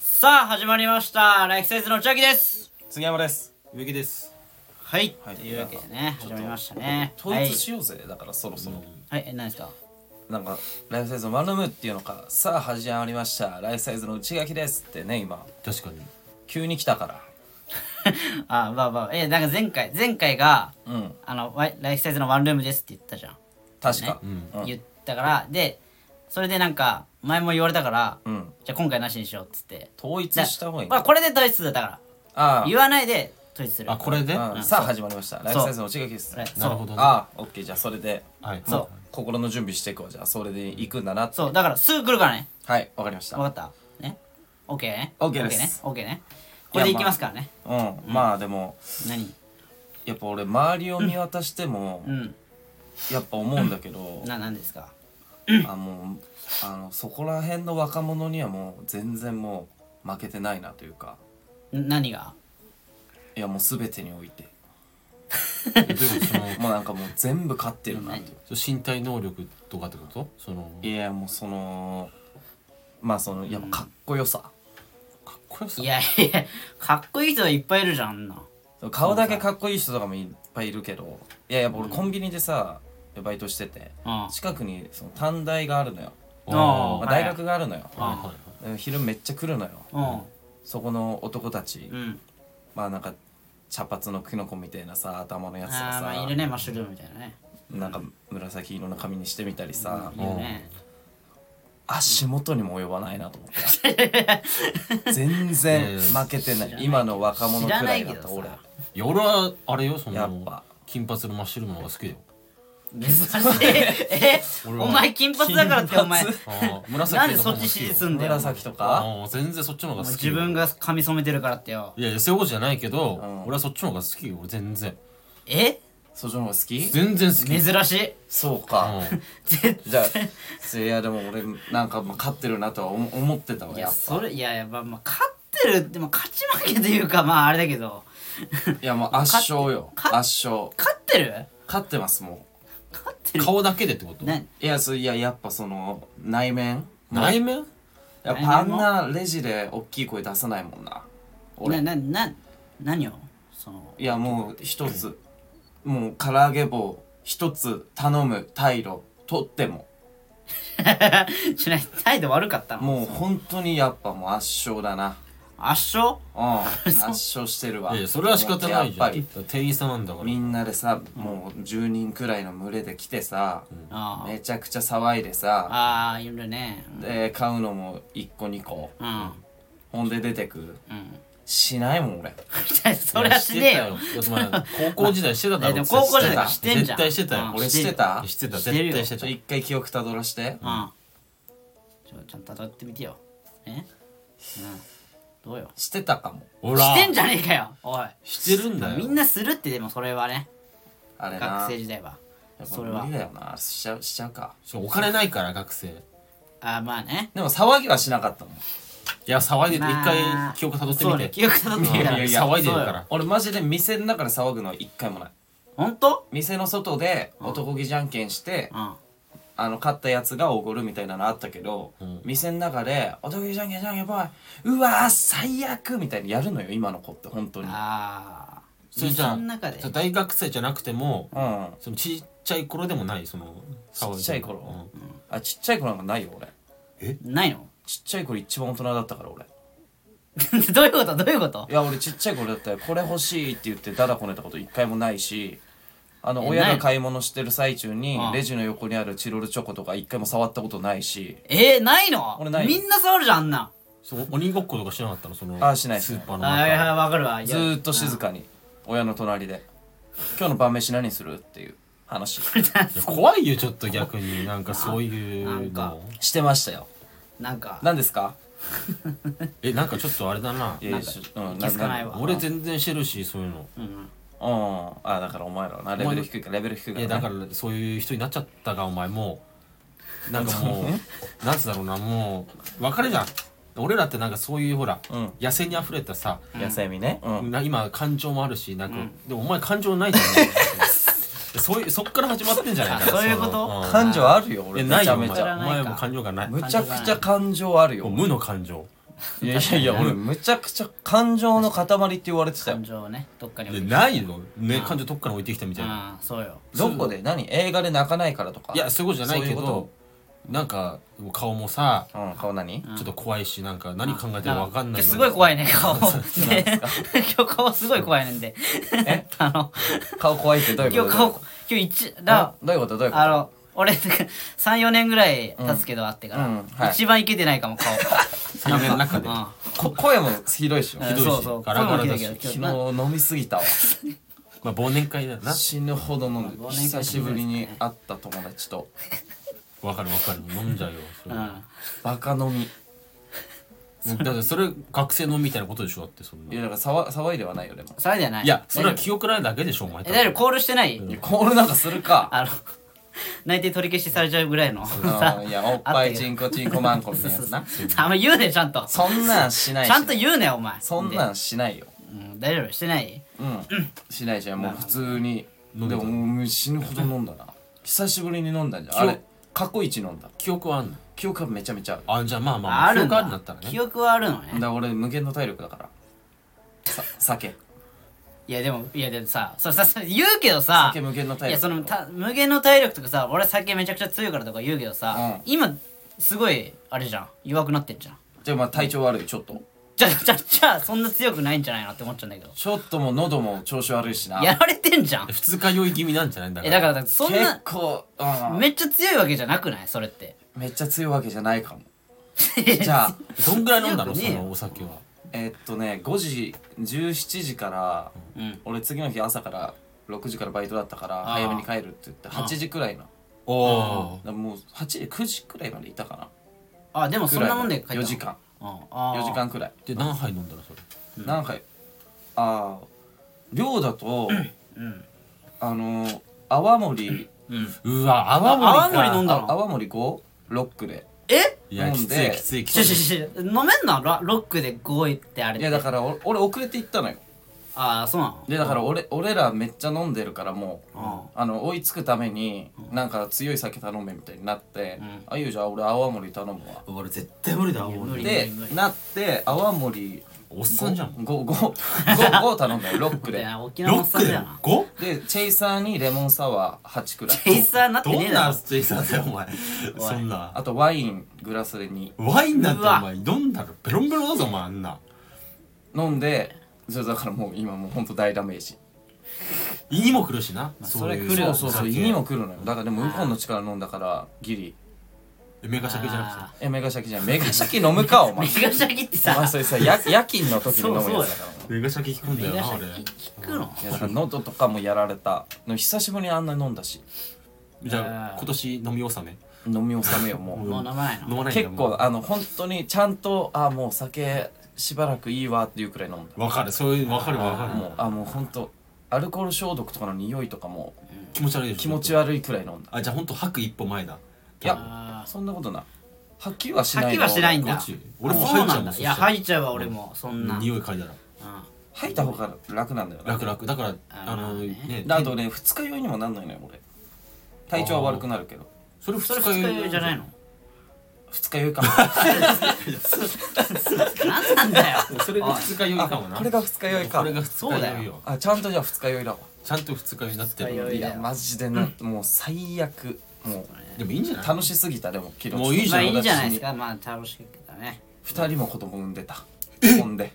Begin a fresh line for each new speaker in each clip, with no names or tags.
さあ始まりましたライフサイズの千秋です
杉山です
植木です
はい、
はい
というわけでね
ちょ
始
っと
まりましたね
統一しようぜ、だからそろそろ、
はい、はい、え何ですか
なんかライフサイズのワンルームっていうのかさあ始まりましたライフサイズの内垣ですってね今
確かに
急に来たから
あまあまあえなんか前回前回が
うん
あのワイライフサイズのワンルームですって言ったじゃん、
確か、うん
言ったからでそれでなんか前も言われたから、
うん
じゃあ今回なしにしようっつって
統一した方がいい
まあこれで統一するだか
あ
ら言わないで統一する
あこれで、
あうん
は
さあ始まりましたライフサイズの内垣です
はい
なるほどね
ああオッケーじゃあそれで
い
そう
心の準備していこうじゃあそれで行くんだな
そうだからすぐ来るからね
はいわかりました
分かったね OK ね
OK です
オッケーね OK ねこれでいきますからね、
うんまあでも
何
やっぱ俺周りを見渡しても、
うん
やっぱ思うんだけど、
な何ですか
あもうあのそこら辺の若者にはもう全然もう負けてないなというか
ん何が
いやもう全てにおいて
えどういうことその
もうなんかもう全部勝ってるなという
その身体能力とかってことその
いやもうそのまあそのやっぱかっこよさ、
かっこよさ
いやいやかっこいい人いっぱいいるじゃんあんな
顔だけかっこいい人とかもいっぱいいるけどいややっぱ俺コンビニでさバイトしてて
うん
近くにその短大があるのよ、
あ
ま
は
あ、
い
大学があるのよ、
あ
はいはい
で昼めっちゃ来るのよ
うん
そこの男たち、
うん
まあなんか茶髪のキノコみたいなさ頭のやつが
あ
さ
あまあいるねマッシュルームみたいなね
なんか紫色の髪にしてみたりさ、
いるね
足元にも及ばないなと思って 全
いやい
然
や
負けてない今の若者
知
く
らな
ら
い
い
け
だっ
ど
た
さ
俺
いや俺はあれよその
やっぱ
金髪のマッシュルームの方が好きだよ
珍しいえ
俺は
お前金髪だからってお前
ああ
なん
紫
で
と
そ
かも
っ
好
ち
き
支持
よ
すんだよ
紫とか
ああ全然そっちの方
お
が
前
好き
自
よ
分が髪染めてるからってよ
いやいやそういうことじゃないけど、
ん
俺はそっちの方が好きよ俺全然
え
そっちの方が好き
全然好 き
珍しい
そうか
うん
絶
じゃあいやでも俺なんかまあ勝ってるなとは思思ってたわ
いや
やっぱ
それいやいやまあまあ勝ってるでも勝ち負けというかまああれだけど
いやもう圧勝よ
勝
圧
っ
勝
勝ってる
勝ってますも
勝ってる
顔だけでってこと
何
ういやそういややっぱその内面
内面
いやっぱあんなレジで大きい声出さないもんな俺
ななな何をその
いやもう一つもう唐揚げ棒一つ頼む退路取っても
しない態度悪かったの
もう本当にやっぱもう圧勝だな
圧勝
うん 圧勝してるわ
いやいやそれは仕方ないじゃん
やっぱり
店員さんなんだから
みんなでさもう10人くらいの群れで来てさ
あー
めちゃくちゃ騒いでさ
あーいるね
で買うのも1個2個
うんうん
ほんで出てくる
うん
しないもん俺
それはしねえよ
いやしてたよいやお前高校時代してた だろ
いやでも高校時代
絶対
してんじゃん
絶対してたよ
うん
俺してた
俺してた
してる
絶
よ
対して
ちょ
た
一回記憶たどらして
うんちょちゃんと当たってみてよえうんどうよ
してたかも
ほら
してんじゃねえかよおい
してるんだよ
みんなするってでもそれはね
あれな
学生時代は
やっぱ
それは
無理だよなしちゃうしちゃうか
そうお金ないから学生い
あーまあね
でも騒ぎはしなかったもん
や騒いでて一
まあ
回記憶たどって
そう
み
ね
て
記憶たどってみた
い
ら
やいやいや
騒いでるから
俺マジで店の中で騒ぐのは一回もない
本当
店の外で男気じゃんけんして、
うん
あの勝ったやつがおごるみたいなのあったけど、
うん
店の中で「男気じゃんけんじゃんけんぽいうわー最悪!」みたいにやるのよ今の子って本当に
ああ
それじゃあ
の中で
じゃあ大学生じゃなくても
うん
そのちっちゃい頃でもないその騒いでる
ちっちゃい頃
うん
あちっちゃい子なんかないよ俺
ないの
ちっちゃい子一番大人だったから俺
どういうことどういうこと
いや俺ちっちゃい頃だったらこれ欲しいって言ってダダこねたこと一回もないしあの
え
親
ない
が
の
買い物してる最中に
うん
レジの横にあるチロルチョコとか一回も触ったことないし
えー、ないの
俺ないよ
みんな触るじゃんあんな
そう鬼ごっことかしなかったのその
あしない
スーパーの
あいやい
中
やわかるわいや
ずーっと静かに親の隣で「今日の晩飯何する?」っていう話
いや怖いよちょっと逆になんかそうい
なん
う
か
の
してましたよ
なんか
何ですか
えなんかちょっとあれだない
やいやしうん
気づかないわ
俺全然してるしそういうの
うん
うんあだからお前らはなレベル低いからレベル低いか
え
ら
だ
ね
からそういう人になっちゃったがお前もうなんかもうなんつだろうなもう別れじゃん俺らってなんかそういうほら、
うん
野生に溢れたさ、
安みねうん
な今感情もあるしなんか、でもお前感情ないじゃん そういうそっから始まってんじゃないかな
あそういうこと
そのうん
感情あるよ俺
え
め
ない
ちゃ
よお
め
前
ち
お
な
ゃ
いか
前も感情がないも
むちゃくちゃ感情あるよ
う無の感情
いやいやいや俺むちゃくちゃ感情の塊って言われてたよ
感情をねどっかに
で
置いて
ないのね感情どっから置いてきたみたいな
ああそうよ
どこで何映画で泣かないからとか
いやそういうことじゃないけ
そういうこ
どなんか顔もさ
とうん顔何
うん
ちょっと怖いしなんか何考えてるか分かんない
すごい怖
い
いね顔で 今日顔すごい怖いねんで あの
顔怖いってどういう
今
こと
日顔今日一だ
あどういうことどういうこと
あの俺34年ぐらい経つけど会ってか
うんうんは
ら
い
一番イケてないかも顔
3年の中で
うん
こ声もひどいしよ
うん
どいし
そうそう
ガラガラ
声も大き
だし
い
昨
けど今日
日飲みすぎたわ
まあ忘年会だよな
死ぬほど飲んで
忘年会
久しぶりに会った友達と
分かる分かる飲んじゃうよそれ
な
バカ飲み
だってそれ学生のみたいなことでしょだってそん
い
な
やだから騒騒いではないよでも
うんそれじゃない
いやそれは記憶ないだけでしょお前
えだいぶコールしてない
いやコールなんかするか
あの 内定取り消しされちゃうぐらいの さ
うんいやおっぱいちんこちんこまんこみたいな
そ
や
う
つ
そう
な
あんま言うねちゃんと
そんなんしないし
ちゃんと言うねお前
そんなんしないよ
うん大丈夫してない
うんしないじゃんもう普通に
飲ん
で
でた
ももう死ぬほど飲んだな久しぶりに飲んだじゃん
記
あ
憶
れ過去一飲んだ
記憶はあんの
記憶はめちゃめちゃある
あじゃあまあまあ
あるん
記憶あるんだったら
だ
ね
記憶はあるの
だか
ね
ら俺無限の体力だからさ酒
いやでもいやでもさそうささ言うけどさ
酒無限の体力
いやそのた無限の体力とかさ俺酒めちゃくちゃ強いからとか言うけどさ
うん
今すごいあれじゃん弱くなってんじゃん
じゃあまあ体調悪いちょっと
じゃあじゃあじゃあそんな強くないんじゃないのって思っちゃうんだけど
ちょっともう喉も調子悪いしな
やられてんじゃん
普通か酔い気味なんじゃないんだか
え
ら
だからそん
結
な
構、うん、め
めっちゃ強いわけじゃなくないそれって
っちゃ強いわけじゃないか もじゃあ
どんぐらい飲んだの
強く
そ
ねえよ
のお酒は
えーっとね5時17時から、
うん
俺次の日朝から6時からバイトだったから
あー
早めに帰るって言って8時くらいのだか
おお
らもう8時9時くらいまでいたか
あでも
な
そんなもんで帰った
4時間
4
4時間くらい
で何杯飲んだのそれ
何回ああ量だと
うん
あのー泡盛
うん
うわ泡盛か
あ泡盛飲んだ
あ泡盛5ロックで
え
いや
飲
き
ん
つい
で
きついき
ちょちょ
つい
ちょ飲めんのロロックで5位ってあれっ
い
て
やだからお俺遅れて行ったのよ
ああそうなの
でだから俺俺らめっちゃ飲んでるからもう
あ
あの追いつくためになんか強い酒頼めみたいになって
うん
あゆうじゃあ俺泡盛頼むわ
俺絶対無理だ泡
無理
で
無理
なって泡盛
おっさんじゃん
5頼んだよロック
い
で
や沖縄
ロ
のおっ
ッ
さ
ク
ん
で
だよな
5?
でチェイサーにレモンサワー8くらい
チェイサーなって
ど
ねえ
ん
だ
な
ろ
ステージなんだよお前
おい
そんな
あとワイングラスで2
ワインなんて
う
お
わ
前飲んだらベロンベロンだぞお前あんな
飲んでそれだからもう今もうほんと大ダメージ
胃にも来るしな
それ
い
来
う
るそうそうそう
酒
胃にも来るのよだからでもウコンの力飲んだからギリ
メガシャケじゃなくて
あ
えメガシャキじゃんメガシャキ飲むか
ー
お
メ
前
ガシャキって
お前
さ
それさや夜勤の時に飲むやつだから
そうそ
メガシャケ聞くん
メ
だよ
ガ
な
シ
俺
ャキ聞くの
いやだから喉とかもやられたの久しぶりにあんな飲んだし
じゃあ
あー
今年飲み納め
飲み納めよも
もう飲まない
飲
の
ま
う
ないんだ
結構
も
あの本当にちゃんとあもう酒しばらくいいわっていうくらい飲んだ
うわかるそういうわかるわか
も
る
うあもう本当アルコール消毒とかの匂いとかも
気持ち悪いでしょ
気持ち
悪い
悪いくらい飲んだ
あじゃあほんと吐く一歩前だ
いや
あ
そんなことない吐きはしない
吐きはしないんだ
ガチ俺も
そ
吐
う
いちゃ
な
うん
だ
もん
いや
そしたら
吐いちゃうわ俺もそんなうん
匂い嗅いだら
吐いた方が楽なんだよ
楽々だからあの
あー
ね
だあとね二日酔いにもなんないのよ俺体調は悪くなるけど
それ
そ
二
れ
日
二日酔いじゃない の
二日酔いかも
何なんだよ
それが二日酔いかもな
これが二日酔いか
これが二日酔いよ
あちゃんとじゃあ二日酔いだわ
ちゃんと二日酔いになって
二日酔
る
い
いやマジでな、もう最悪も
でもいいんじゃ
う
ない
楽しすぎたでも昨日
もういいじ
ま
ゃ
あ
ん
いいんじゃないです
か
かまあ楽しいけどね
二人も子供産んでたほんで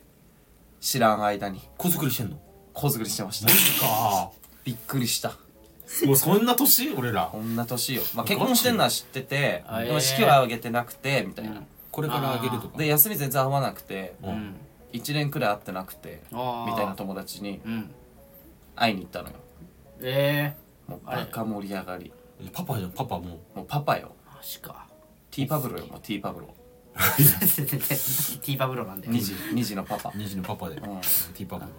知らん間に
子作りしてんの
子作りしてました
か
びっくりした
もうそんな年俺ら
こんな年よ、まあ、結婚してんのは知ってて
あ
でも
ええ
式は挙げてなくてみたいうな、
ん
これからあげるとか
で休み全然合わなくて
う
うんん
1年くらい会ってなくてみ
あー
たいな友達に
うん
会いに行ったのよ
ええ
もうバカ盛り上がり
パパじゃんパパもう
もうパパよ
マジか
T パブロよもう T パブロ
ティーパブロなんだよ
2時2時の パパ
二児のパパで
ん
T パパの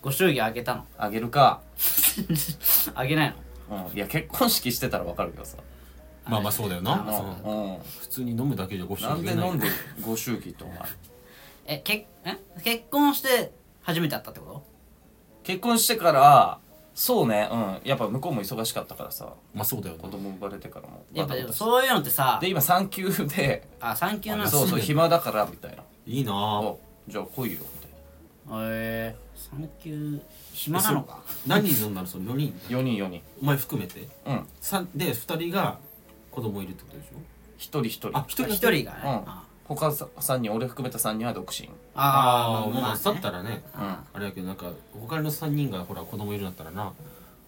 ご祝儀あげたの
あげるか、
あげないの
うん、いや結婚式してたらわかるけどさ
まあまあそうだよな
あ
そ
も
の
う、うん、
普通に飲むだけじゃご主人
なんで飲んでご祝儀ってお前
えけえ結婚して初めて会ったってこ
結婚してからそうねうんやっぱ向こうも忙しかったからさ
まあそうだよな
子供生まれてからも
とやっぱ
バタ
で
バ
も
タして
そういうのってさ
で今産休で
あ産休なの
そう
休ん
そう
でんの
暇だからみたいな
いいな
あ
ぁ
じゃあ来いよみたい
えー、産休暇なのか
何人飲んだのその4人
な4人4人
お前含めて
うん
さんで2人が子供いるってことでし
一人一人
ょあ一
一
1人
人がね、
うん
あ
他さ3人俺含めた3人は独身
ああ
ー
まあまあだった
ね
らね
うん
あれやけどなんか他の3人がほら子供いるんだったらな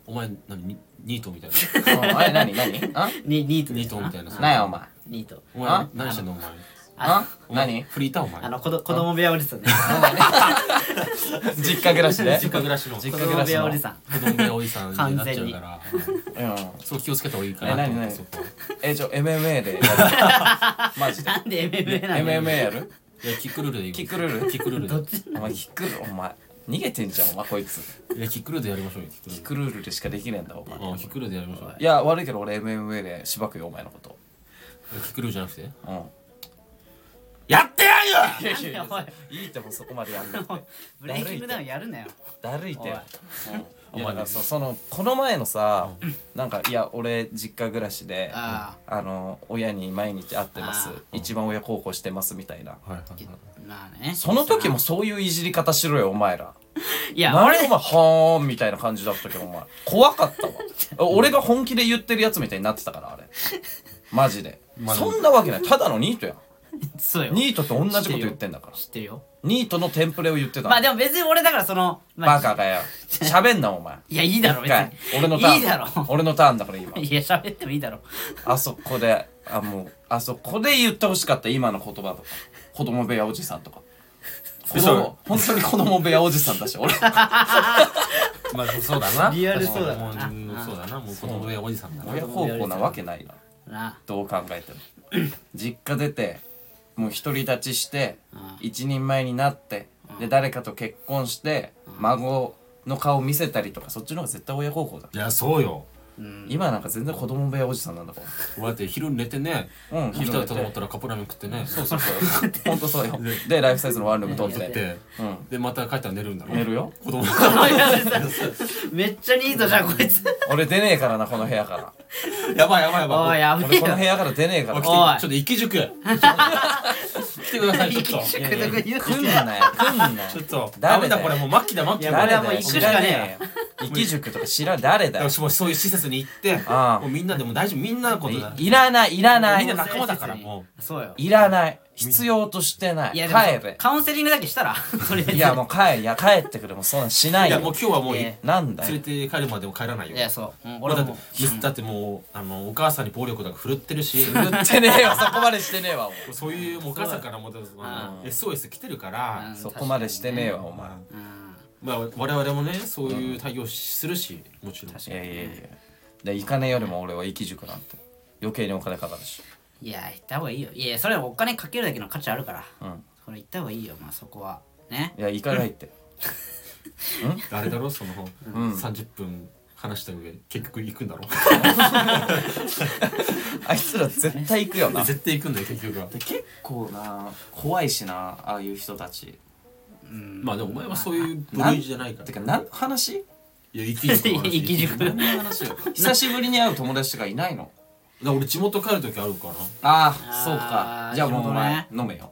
お前何ニニートみ たいな
うんあれ何何あ
にニートで
ニー
す
ト
か
みたいな
なんやお前
ニート
お前
あ
何してんのお前
あ
お前
何
フリーターお前
あの子ど子供部屋おじさんね
実家暮らしで
実家暮らしの子
実
子
家
供
暮ら
部
し
屋
の
おじさん
供部屋おじさんになっちゃうから
うん
そう気をつけた方がいいかなと思ってそこ
えじゃあ MMA でやるマジで
なんで MMA なんだよ
MMA やる
いやキックルールでいい
キックルール
キックルールで
どっち
お前キックルお前逃げてんじゃんお前こいつ
いやキックルールでやりましょうよキックル
キ
ー
ックルールでしかできねえんだお前
ルあキックルールでやりましょうよ
いや悪いけど俺 MMA でしばくよお前のこと
いやキックルールじゃなくて
う
やってやるよ
んいやいやい
なんだよ
いいってもうそこまでやんなくて
ブレイキングダウンやるなよ
だるいて
お
お
い
前がそそのこの前のさなんかいや俺実家暮らしで
あ
あの親に毎日会ってます
あー
一番親孝行してますみたいな
はいはい
あまあね
その時もそういういじり方しろよお前ら
いや
何
俺
お前はーんみたいな感じだったけどお前怖かった わ俺が本気で言ってるやつみたいになってたからあれマジで、
まあでも
そんなわけないただのニートやん
そうよ
ニートと同じこと言ってんだから
知ってるよ
ニートのテンプレを言ってたの、
まあでも別に俺だからその、まあ、
バカがよ喋んなお前
いやいいだろ
一
別
回
に
俺のターン
いいだろ
俺のターンだから今
いや喋ってもいいだろ
あそこであもうあそこで言ってほしかった今の言葉とか子供部屋おじさんとか子
そう
供本当に子供部屋おじさんだ し俺
まあそうだな
リアルそうだな
確かにもうそうだなもう子供部屋おじさんだな
親孝行なわけないな
な
どう考えても実家出てもう独り立ちして
うん
一人前になってで誰かと結婚して孫の顔見せたりとかそっちの方が絶対親孝行だ
いやそうよ
今なんか全然子供部屋おじさんなんだか
こうやって昼寝てね
らうん
起き
昼
た
寝
と
て
思ったらカップラーメン食ってね
そうそうそうほんとそうよでライフサイズのワンルーム取っ
取
て
で
うん
でまた帰ったら寝るんだろ
寝るよ
子供
あめっちゃニートじゃんこいつ
俺出ねえからなこの部屋から
やばいやばいや
お
ば
い
い
やべえ
俺この
よ
部屋から出ねえから
おい来
来
てちょ
おい
っと生き塾来てくださいちょっと
生き塾
ち
んなよ
言う
来んなよ
ょっとダ
誰
メ
だ
だ
よ
これもう末期だ末期
いや
だ
俺
誰
は
だ
もう
よ
行くし
知
からね
ねえよ生き塾とか知ら誰だよ
私もうそういう施設に行って
ああ
もうみんなでも大丈夫みんなのことだ
いいらないいらな
みんない仲間だからも
そうよ
いらない必要としてない
い
帰
やでも
れ
カウンセリングだけしたらとりあえず
いやもう帰るいや帰ってくれもうそんなんしな
う
い
いやもう
よ
今日はもうい
え
なんだ
連れ
よ
て帰るまでも帰らないよ
いやそう、うん、
俺
俺
だ
も
ってだってもうあのお母さんに暴力だから振るってるし
言ってねえよそこまでしてねえわお前
そういうもうお母さんからもあの SOS 来てるから
うん
そこまでしてねえわお前
ま
うん
あ我々もねそういう対応するしもちろん
いやいやいやで行かねえよりも俺は生き塾なんて余計にお金かかるし
いや行った方がいいよいやそれはお金かけるだけの価値あるから
うん
これ行った方がいいよまあそこはね
いや行かないって
あれだろその
ん
30分話した上結局行くんだろ
あいつら絶対行くよな
絶対行くんだよ結局は
結構な怖いしなああいう人たち
うん
まあでもお前はそういう部類じ ゃないから
てか何の話
いや生き塾の話
生き塾
だか
何の話 よ久しぶりに会う友達とかいないの
ら俺地元帰る時あるから
あ
あー
あそうかじゃあもうお前飲めよ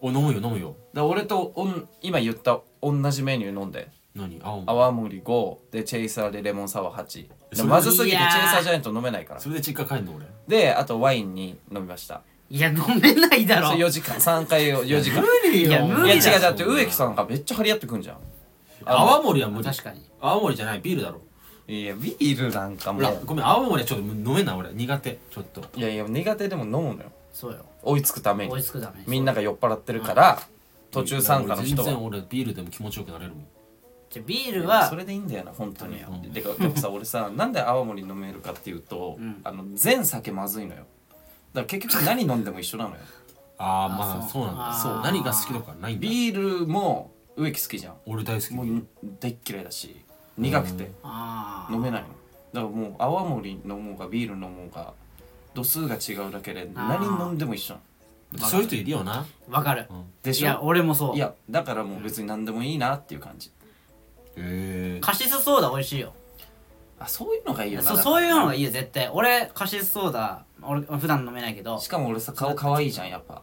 お飲むよ飲むよ
で俺とおん今言った同じメニュー飲んで
何青森
泡盛5でチェイサーでレモンサワー8で
それ
まずすぎて
い
チ
やー
ェイサーじゃないと飲めないから
それで実家帰んの俺
であとワインに飲みました
いや飲めないだろ
それ4時間3回を4時間い
理
よいや無理
や
だ
違うだって植木
ん
さんがめっちゃ張り合ってくんじゃん
泡盛は無理
確かに
青森じゃないビールだろ
いやビールなんかも
ほら
う
ごめん青森はちょっと飲めんな俺苦手ちょっと
いやいや苦手でも飲むのよ
そうよ
追いつくために
追いつくだめ
みんなが酔っ払ってるから途中参加の人
全然
は
俺ビールでも気持ちよくなれるもん
じゃあビールは
それでいいんだよな本当に
ダ
メよ
でかでもさ俺さ なんで泡盛飲めるかっていうと、
うん
あの全酒まずいのよだから結局何飲んでも一 緒なのよ
ああ
あ
まあ
そ
そううなんだそう
あー
何が好きとかないんだ
ビールも植木好きじゃん
俺大好き
もう大っ嫌いだし苦くて
あー
飲めないのだからもう泡盛飲もうがビール飲もうが度数が違うだけで
あー
何飲んでも一緒なの
そういう人いるよな
わかる
で
い
し
や
ょ
俺もそう
いやだからもう別に何でもいいなっていう感じ
へえ
カシスソーダ美味しいよ
あそういうのがいいよな
そう
だから
そういうのがいいよ絶対俺カシスソーダ俺普段飲めないけど
しかも俺さ顔可愛いじゃんやっぱ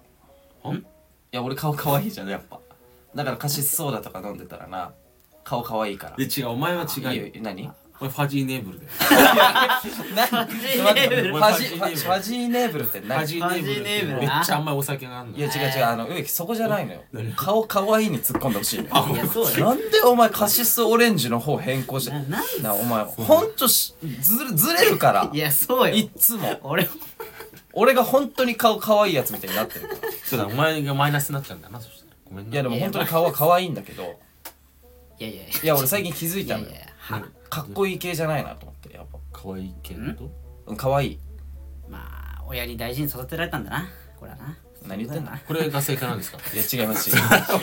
ん
や俺顔可愛いじゃんやっぱだからカシスソーダとか飲んでたらな顔可愛いから
で違うお前は違う
い
よ
いよ何
俺ファジーネーブルでフ
何
ーブル
ファジファファジーネーブルって何
ァジーネーブルっ
ファ
て
ジーネーブル
めっ
な
ちゃあんまりお酒があんの
いや違う違うあの植木そこじゃないのよ
何
顔可愛いに突っ込んでほしいのよ
いやそうだよ
なんでお前カシスオレンジの方変更して
ななん
なお前ほんとしずるずれるから
いやそう
い
よ
っつも
俺も
俺が本当に顔可愛いやつみたいになってるからい
そうだお前がマイナスになっちゃうんだなそしたらごめんな
やでも本当に顔は可愛いんだけど
いやいやい
いや俺最近気づいた
や
の
い
よ
やは
かっこいい系じゃないなと思ってやっぱ
可愛いけど
うん可愛い
まあ親に大事に育てられたんだなこれはな
何言ってんの
これが正解なん ですか
いや違います違います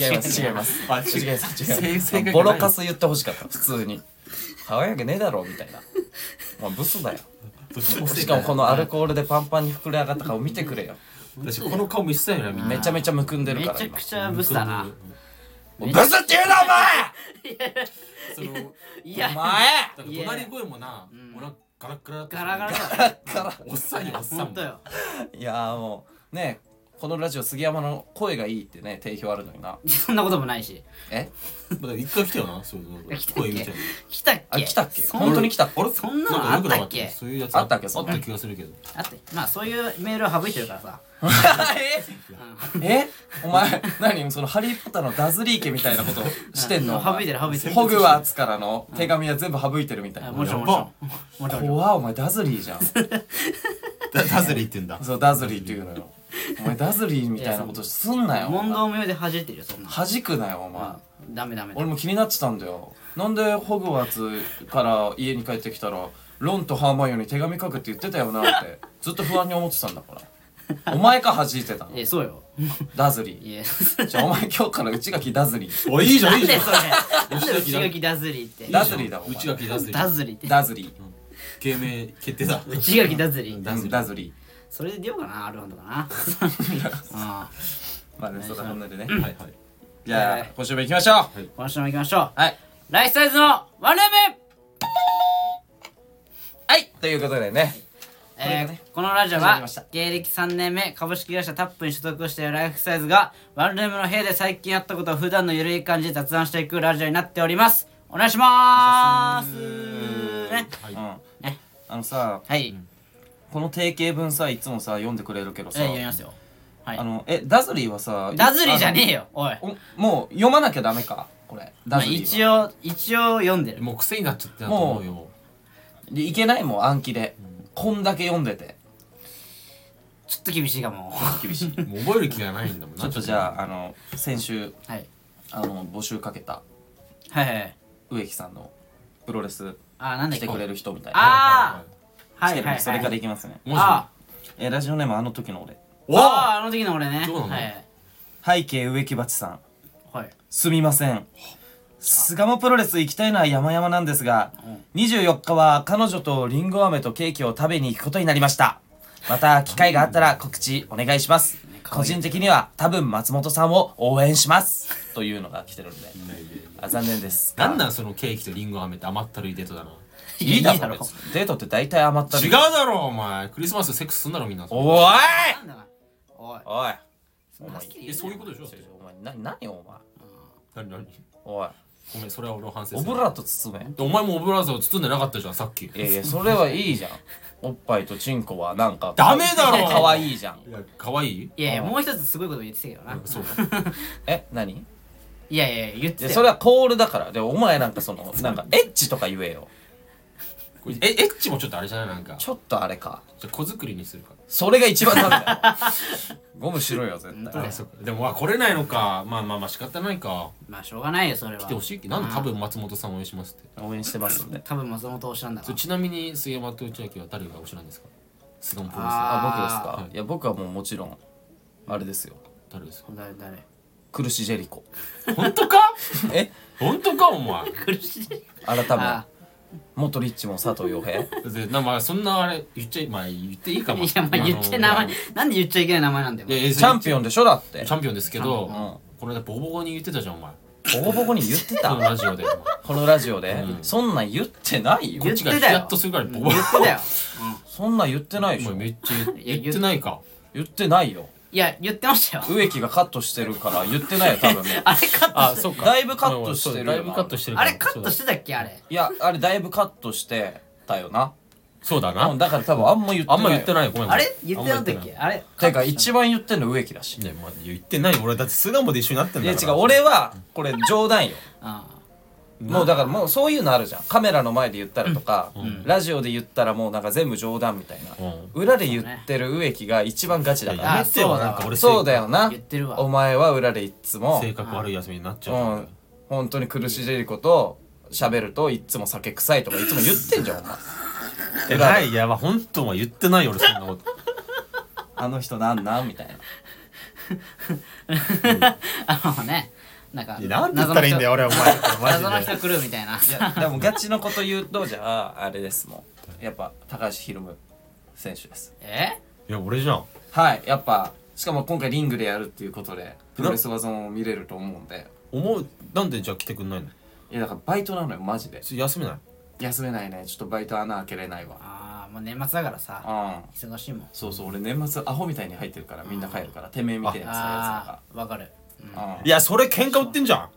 違います違います
あ
違います違います
正正解がない
ボロカス言ってほしかった普通に可愛いわけねえだろみたいなまあブスだよしかもこのアルコールでパンパンに膨れ上がった顔見てくれよ
私この顔見せたいよなみんな
めちゃめちゃむくんでる
め
から
ちゃ
今
くちゃブスだな
もうブスって言うな
その
い
お前お
や
前
だから隣声もな、俺はガラッガラだった
ガラガラだよ
おっさんよおっさ
ほ
ん
んと
も
よ
いやーもうねこのラジオ杉山の声がいいってね定評あるのにな
そんなこともないし
え
まだ一回来たよなそういうの
来たっけ
声みたいな
来たっ
あ
け
来たっけ
そん
本当に来たっけ
あれ
そんなのあったっけ
なんか良くなかそういうやつ
あったっけそ
あ
ん
っ
なの
た気がするけど
あってまあそういうメールを省いてるからさ
ええお前何その「ハリー・ポッター」のダズリー家みたいなことしてんの
うん 省いてる省いてる
ホグワーツからの手紙は全部省いてるみたい
あ
な
もちろん
や
も
ば
ちろんもちろんもちろん
怖っお前ダズリーじゃん
だダズリ言ってんだ
そうダズリーっていうのよお前ダズリーみたいなことすんなよ
問答無用で弾いてるよそんな
弾くなよお前
うんダメダメダ
俺
メ
も気になってたんだよなんでホグワーツから家に帰ってきたらロンとハーマイオに手紙書くって言ってたよなってずっと不安に思ってたんだからお前か弾いてたの
えそうよ
ダズリ
い や
ーじゃあお前今日から内垣ダズリー
おいいじゃんいいじゃん
それなんで内垣ダズリーって
ダズリーだお前
内垣ダズリ
ダズリーって
ダズリー
芸名決定だ
内垣ダズリー
ダズリー
ダズリ
それで出ようかな R1 とかな あ
ーまあねそんなこんなでね
はいはい
じゃあ
はい
今週も行きましょう
あ今週も行きましょう
はい
ライフサイズのワンルーム
はいということでねこれ
え
がね
ーこのラジオ
始まり
は
ました
芸歴3年目株式会社タップに所属しているライフサイズがワンルームの部屋で最近やったことを普段のゆるい感じで雑談していくラジオになっておりますお願いしますね
う
い
ん
ね
あのさ
はい、え
この定型文さいつもさ読んでくれるけど
ー
さ
読みますよはい
あのえダズリーはさ
ダズリーじゃねえよおい
あのおもう読まなきゃダメかこれ
ま
ダ
あ、
ズリーは
一応一応読んでる
もう癖になっちゃってたと思うよ
でいけないもん暗記でこんだけ読んでて
ちょっと厳しいかも
厳しいち
もう覚える気がないんだもんな
ょっとじゃああの先週
はい
あの募集かけた
はいはいはい
植木さんのプロレス
あーなんだ
来
っけ
てくれる人みたい
あ
な
あは
来て
い
る
はい
んで
はい
それからいきますね
もし
あ
えラジオネームあの時の俺
ーあーあの時の俺ね
そうなの
はい
背景植木鉢さん
はい
すみません巣鴨プロレス行きたいのは山々なんですが24日は彼女とリンゴ飴とケーキを食べに行くことになりましたまた機会があったら告知お願いします個人的には多分松本さんを応援しますというのが来てるんであ残念です
なんなんそのケーキとリンゴ飴って甘ったるいデートだない
いだろ
いいだろ
別にデートって大体余った
違うだろお前クリスマスセックスすんだろみんな
おい
なんだなおい
おい
はっきり言
えそういう
こ
ことでしょ
お前な何お前
何何
おい
ごめんそれは俺は反省
オ
する
ブラート包め
お前もオブラーザを包んでなかったじゃんさっき
いやいやそれはいいじゃんおっぱいとチンコはなんか
ダメだろ
可愛いじゃん
いや可愛い
いやいやもう一つすごいこと言ってたけどな
そう
え何
いやいやいや言っ
い
て
や
た
そ
よ
れはコールだからでお前なんかそのなんかエッチとか言えよ
これえエッチもちょっとあれじゃないなんか
ちょっとあれか
じゃあ子作りにするか
それが一番なんだよゴムしろよ絶
本当
対
だ
ら
よ
そうかでもわ来れないのかまあまあまあ仕方ないか
まあしょうがないよそれは
来てほしいけどなんで多分松本さんを応援しますって
応援してますんで
多分松本推しなんだ
そ
か
れちなみに杉山と内明は誰が推しなんですか菅野プロレス
あ
あ
あ
僕ですか
はい
いや僕はもうもちろんあれですよ
誰ですから
誰誰
苦しジェリコ
本当か
え
本当かお前
苦しい
改め
あ
元リッチも佐藤洋平
でなまあそんなあれ言っちゃいまあ言っていいかも
いやまあ言っちゃ名前なんで言っちゃいけない名前なんだよ
いやいや
チャンピオンでしょだって
チャンピオンですけど、
チ
この間ボコボコに言ってたじゃんお前
ボコボコに言って
この
た
ラジオでこ
このラジオで、
うん
そんなん言ってないよ
言
っ
っ
ちが
て
ヒ
た
ヤ
よ
ッとするからボ
言
コ
っ
ボコ
てたよ
そんなん言ってないでし
お
ょ
前めっちゃ
いや
言ってないか
言ってないよ
いや言ってましたよ
植木がカットしてるから言ってないよ 多分ね
あれカッ
あ、
トし
そうか。
だいぶカットしてるよな
そうだいぶカットしてる
あ
から。
れカットしてたっけあれ
いやあれだいぶカットしてたよな
そうだ
う。
なん
だから多分あんま言ってな
あ
い
んま言って
い
ない。ごめんごめん。
あれ言ってなかったっけあれ
てか一番言ってんの植木だし
ね、まあ、言ってない。俺だって巣鴨で一緒になってん
い
だ
や
か
違
ら。
う俺はこれ冗談よ
あ
もうだからもうそういうのあるじゃんカメラの前で言ったらとか、ラジオで言ったらもうなんか全部冗談みたいな、
うん
裏で言ってる植木が一番ガチだ
い
か
や
ら
あ
やめてよ
そうだ
なんか俺
そうだよな
言ってるわ
お前は裏でいっつも
性格悪い休みになっち
う
ゃう。
ん本当に苦しいこと喋るといっつも酒臭いとかいつも言ってんじゃんお前
えらい。いや、まあ、本当は言ってないよ俺そんなこと。
あの人なんなんみたいな
あのねなんか
いやなんて言ったらいいんだよ、俺はお前。
謎の
マジ
人
で。
来るみたいない
やでもガチのこと言うとじゃああれですもんやっぱ高橋宏夢選手です
え
いや、俺じゃん。
はいやっぱしかも今回リングでやるっていうことでプロレス技も見れると思うんで
思う、なんでじゃあ来てくんないの
いやだからバイトなのよマジで
ちょ休めない
休めないねちょっとバイト穴開けれないわ
ああもう年末だからさ
うん
忙しいもん
そうそう俺年末アホみたいに入ってるからみんな帰るからてめえみてえなさ
ああわかる
やつらがうん
いや、それ喧嘩売ってんじゃん。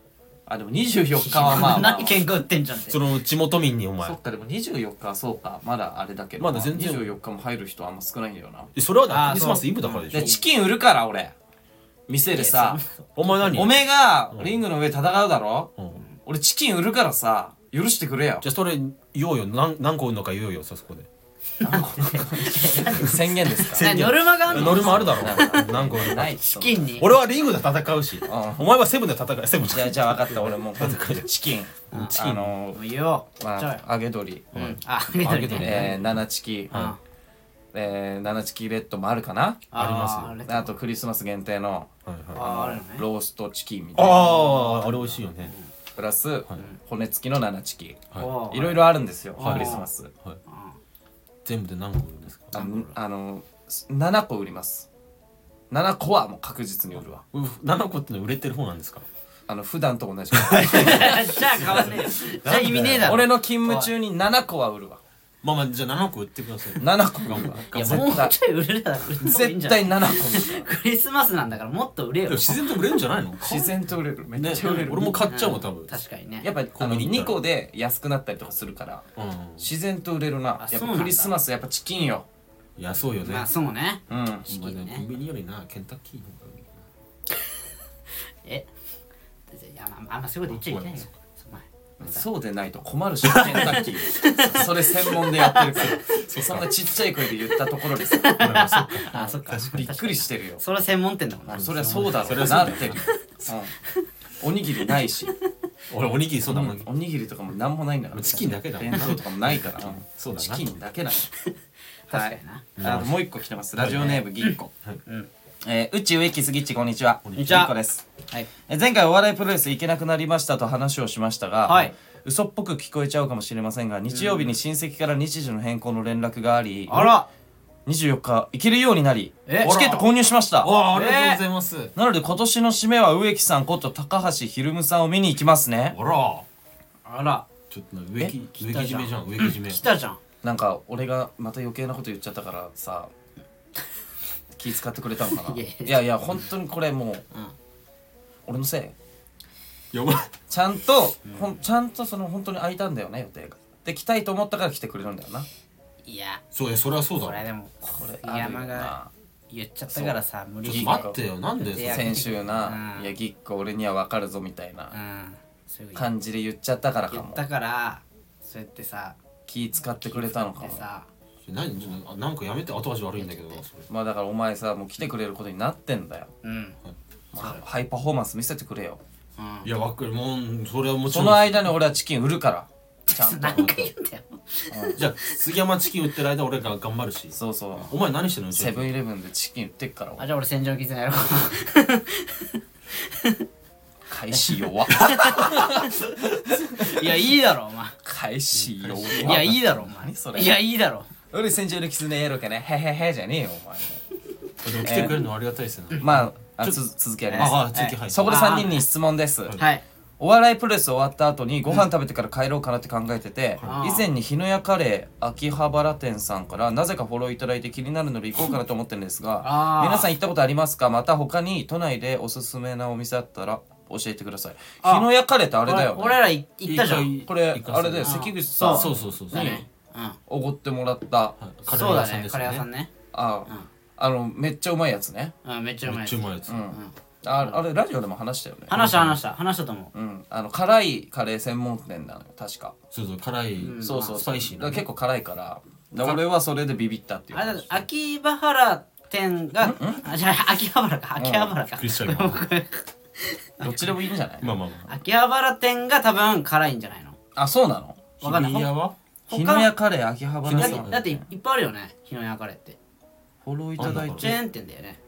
あでも24日はまあ まあ
何喧嘩売ってんじゃんって
その地元民にお前
そっ。かでも24日はそうかまだあれだけど
まだ全然
24日も入る人あんま少ないんだよな
えそれは
あ
だ
ー
クリスマスイブだからで
で
し
チキン売るから俺店でさ
ょ。お前何
おめえがリングの上戦うだろ、
うん
俺チキン売るからさ許してくれよ
じゃあそれ言おうよ何何個売るのか言おうよさそこで
宣言ですか
えノルマがあんの
ノルマあるだろ
なん
何個売るのか
ない
チ
チ
キンに
俺はリングで戦うしお前はセブンで戦うセブン
じゃあじゃあ分かった俺もうチキンチキンあの
もう言おう
ま
じゃあよ
あ揚げ鶏
うんああげ
あ
て
げ
る
て
ね
るね
えー七チキ
あ
えー七チキレッドもあるかな
あ
りますよ
あれ
あとクリスマス限定の
はいはい
ああるよね
ローストチキンみたいな
あーあれ美味しいよね
プラス骨付きの七チキ
はい
おう
いろいろあるんですよ
はい
クリスマス
はい全部で何個売るんですか
あのあの7個売ります7個はもう確実に売るわ
うふ7個ってのは売れてる方なんですか
あの普段と 同 じ
じゃあ変わんねえじゃあ意味ねえだろ
俺の勤務中に7個は売るわ
まあまあじゃあ7個売ってください
7個 売るわ
いやもう
絶対
ちょい売れるだろ
絶対7個売るわ
クリスマスなんだからもっと売れ
で
よ
も自然と売れるんじゃないの
自然と売れるめ
ね
っちゃ売れる
俺も買っちゃうもん多分
確かにね
やっぱ
コ
あ
ン
の
ビニ行
2
ったら
個で安くなったりとかするから
うん
自然と売れるな
あ
やっ
そうな
ぱ
んだ
クリスマスやっぱチキンよ
いやそうよね
まあそうね
うん
チキ
まあ
ン
ねコン
ね
ビニよりなケンタッキーの方がいい
えいやあんまあんまそういうこと言っちゃいけないよお前
そうでないと困るしケンタッキ ーそれ専門でやってるからそんなちっちゃい声で言ったところです
なそっか
あそっか
びっくりしてるよ
それ専門店だもんな
そりゃそうだ
そ
ろ
り
う
ゃそうだ
な
よ
ってる、うん、おにぎりないし、
俺おにぎりそうだもん
おにぎりとかもなんもないんだから
チキンだけだもん
弁当とかもないから、うん
そうだな
チキンだけだ
確かにな
あともう一個来てますラジオネームぎっこ、
うん
えー、うち植木杉っちこんにちはこん
にちは
ぎっこです
はい
え前回お笑いプロレス行けなくなりましたと話をしましたが、
はい
嘘っぽく聞こえちゃうかもしれませんが日曜日に親戚から日時の変更の連絡があり
あら
24日行けるようになりチ
え
ケット購入しました
あありがとうございます
なので今年の締めは植木さんこと高橋ひるむさんを見に行きますね
あら
あら
ちょっとな植木
え
植木締めじゃん植木締め
来たじゃん
なんか俺がまた余計なこと言っちゃったからさ気使ってくれたのか な
いや
い
いや
やいや本当にこれもう、俺のせい
やばい
ちゃんと、ほんちゃんとその本当に空いたんだよね予定がで来たいと思ったから来てくれるんだよない
や
そういやそれはそうだ
これ
ろ
でも
これあるよ
山が
な
言っちゃったからさ無理
ちょっ
し
と
ない
待ってよなんで
いや
そ
先週な、
うん
いやぎっこ俺には分かるぞみたいな
うんそういうこと
感じで言っちゃったからか
言っ
も
たからそうやってさ
気使ってくれたのか
で
も
さ
何ちょっとなんかやめて後味悪いんだけどそれ
まあだからお前さもう来てくれることになってんだよ、
うん
まあハイパフォーマンス見せてくれよ
うん
いやわかるもうそれはもち
そ
ろん
の間に俺はチキン売るからちゃ んと
何回言うんだよ
じゃあ杉山チキン売ってる間俺が頑張るし
そうそう
お前何してんのうち
セブンイレブンでチキン売ってっから
あ
俺
じゃあ俺戦場絆やろう
返し 弱
いやいいだろお前
返し弱
いやいいだろお前
何それ
いやいいだろ
俺戦場のキツネやろうかねへへへじゃねえよお前
でも来てくれるのありがたいですよね
まああつ続きあります
ああ続きはい
そこで3人に質問です
はい
お笑いプロレス終わった後にご飯食べてから帰ろうかなって考えてて、
あー
以前に日野屋カレー秋葉原店さんからなぜかフォローいただいて気になるので行こうかなと思ってるんです
あ
が
ー
皆さん行ったことありますかまた他に都内でおすすめなお店あったら教えてください
あー
日野屋カレーってあれだよ、ね、
俺俺らい行ったじゃん
一
これ
一回
あれだよ
うん
関口さん
そうそうそうそう
だねうん
おごってもらった
カレ
そ
ー
う
屋
だ
さん
ね
です
カレー
よね
屋さんね
あーあのめっちゃうまいやつね
うんめっちゃうまい
めっ
やつ
ちゃうまいやつ、
うん
ああれラジオでも話したよね
話した話した話したと思う
うんあの辛いカレー専門店なのよ確か
そうそう辛い、
そうそう
スパイシー
だか
な
ら結構辛いからだから俺はそれでビビったっていう
あれだ秋葉原店があじゃあ秋葉原か秋葉原か
びっくりした今
どっちでもいいんじゃない
まあまあま あ
秋葉原店が多分辛いんじゃないの
あそうなの
わかんない
日比谷は
日の屋カレー秋葉
日
原
だ
さ
っ
ん
野屋
てだっていっぱいあるよね日の屋カレーって
フォローいただい
チ
て
ェーン店だよね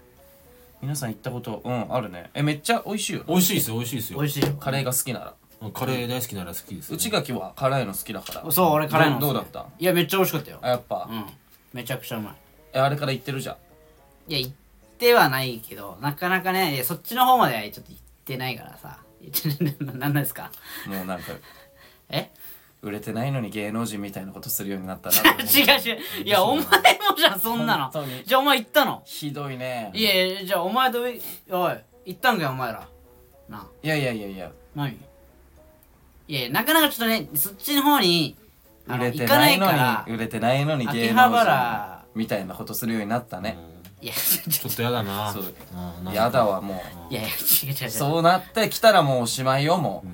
皆さん行ったことうんあるねえめっちゃ美味しいよ
美味しいですよ美味しいですよ
美味しいよ
カレーが好きなら
カレー大好きなら好きです、ね、
内垣は辛いの好きだから
そう俺辛いの
どうだった
いやめっちゃ美味しかったよ
あやっぱ
うんめちゃくちゃうまい
えあれから行ってるじゃん
いや行ってはないけどなかなかねいやそっちの方までちょっと行ってないからさ ちょななんなんですか
もうなんか
え
売れてないのに芸能人みたいなことするようになったな
違う違ういやお前もじゃあそんなの
本当に
じゃあお前行ったの
ひどいね
いやいやじゃあお前とおい行ったんかよお前らなあ
いやいやいやいや
何いやいやなかなかちょっとねそっちの方にあ
売
の
れ
行
て
か
な
ないいか
のに
ら
売れてないのに芸
秋
能
葉
人
原
みたいなことするようになったね
いや
ちょっとやだな
そう
うんなんか
やだわも
いやいや違う違う違う
うそうなってきたらもうおしまいよも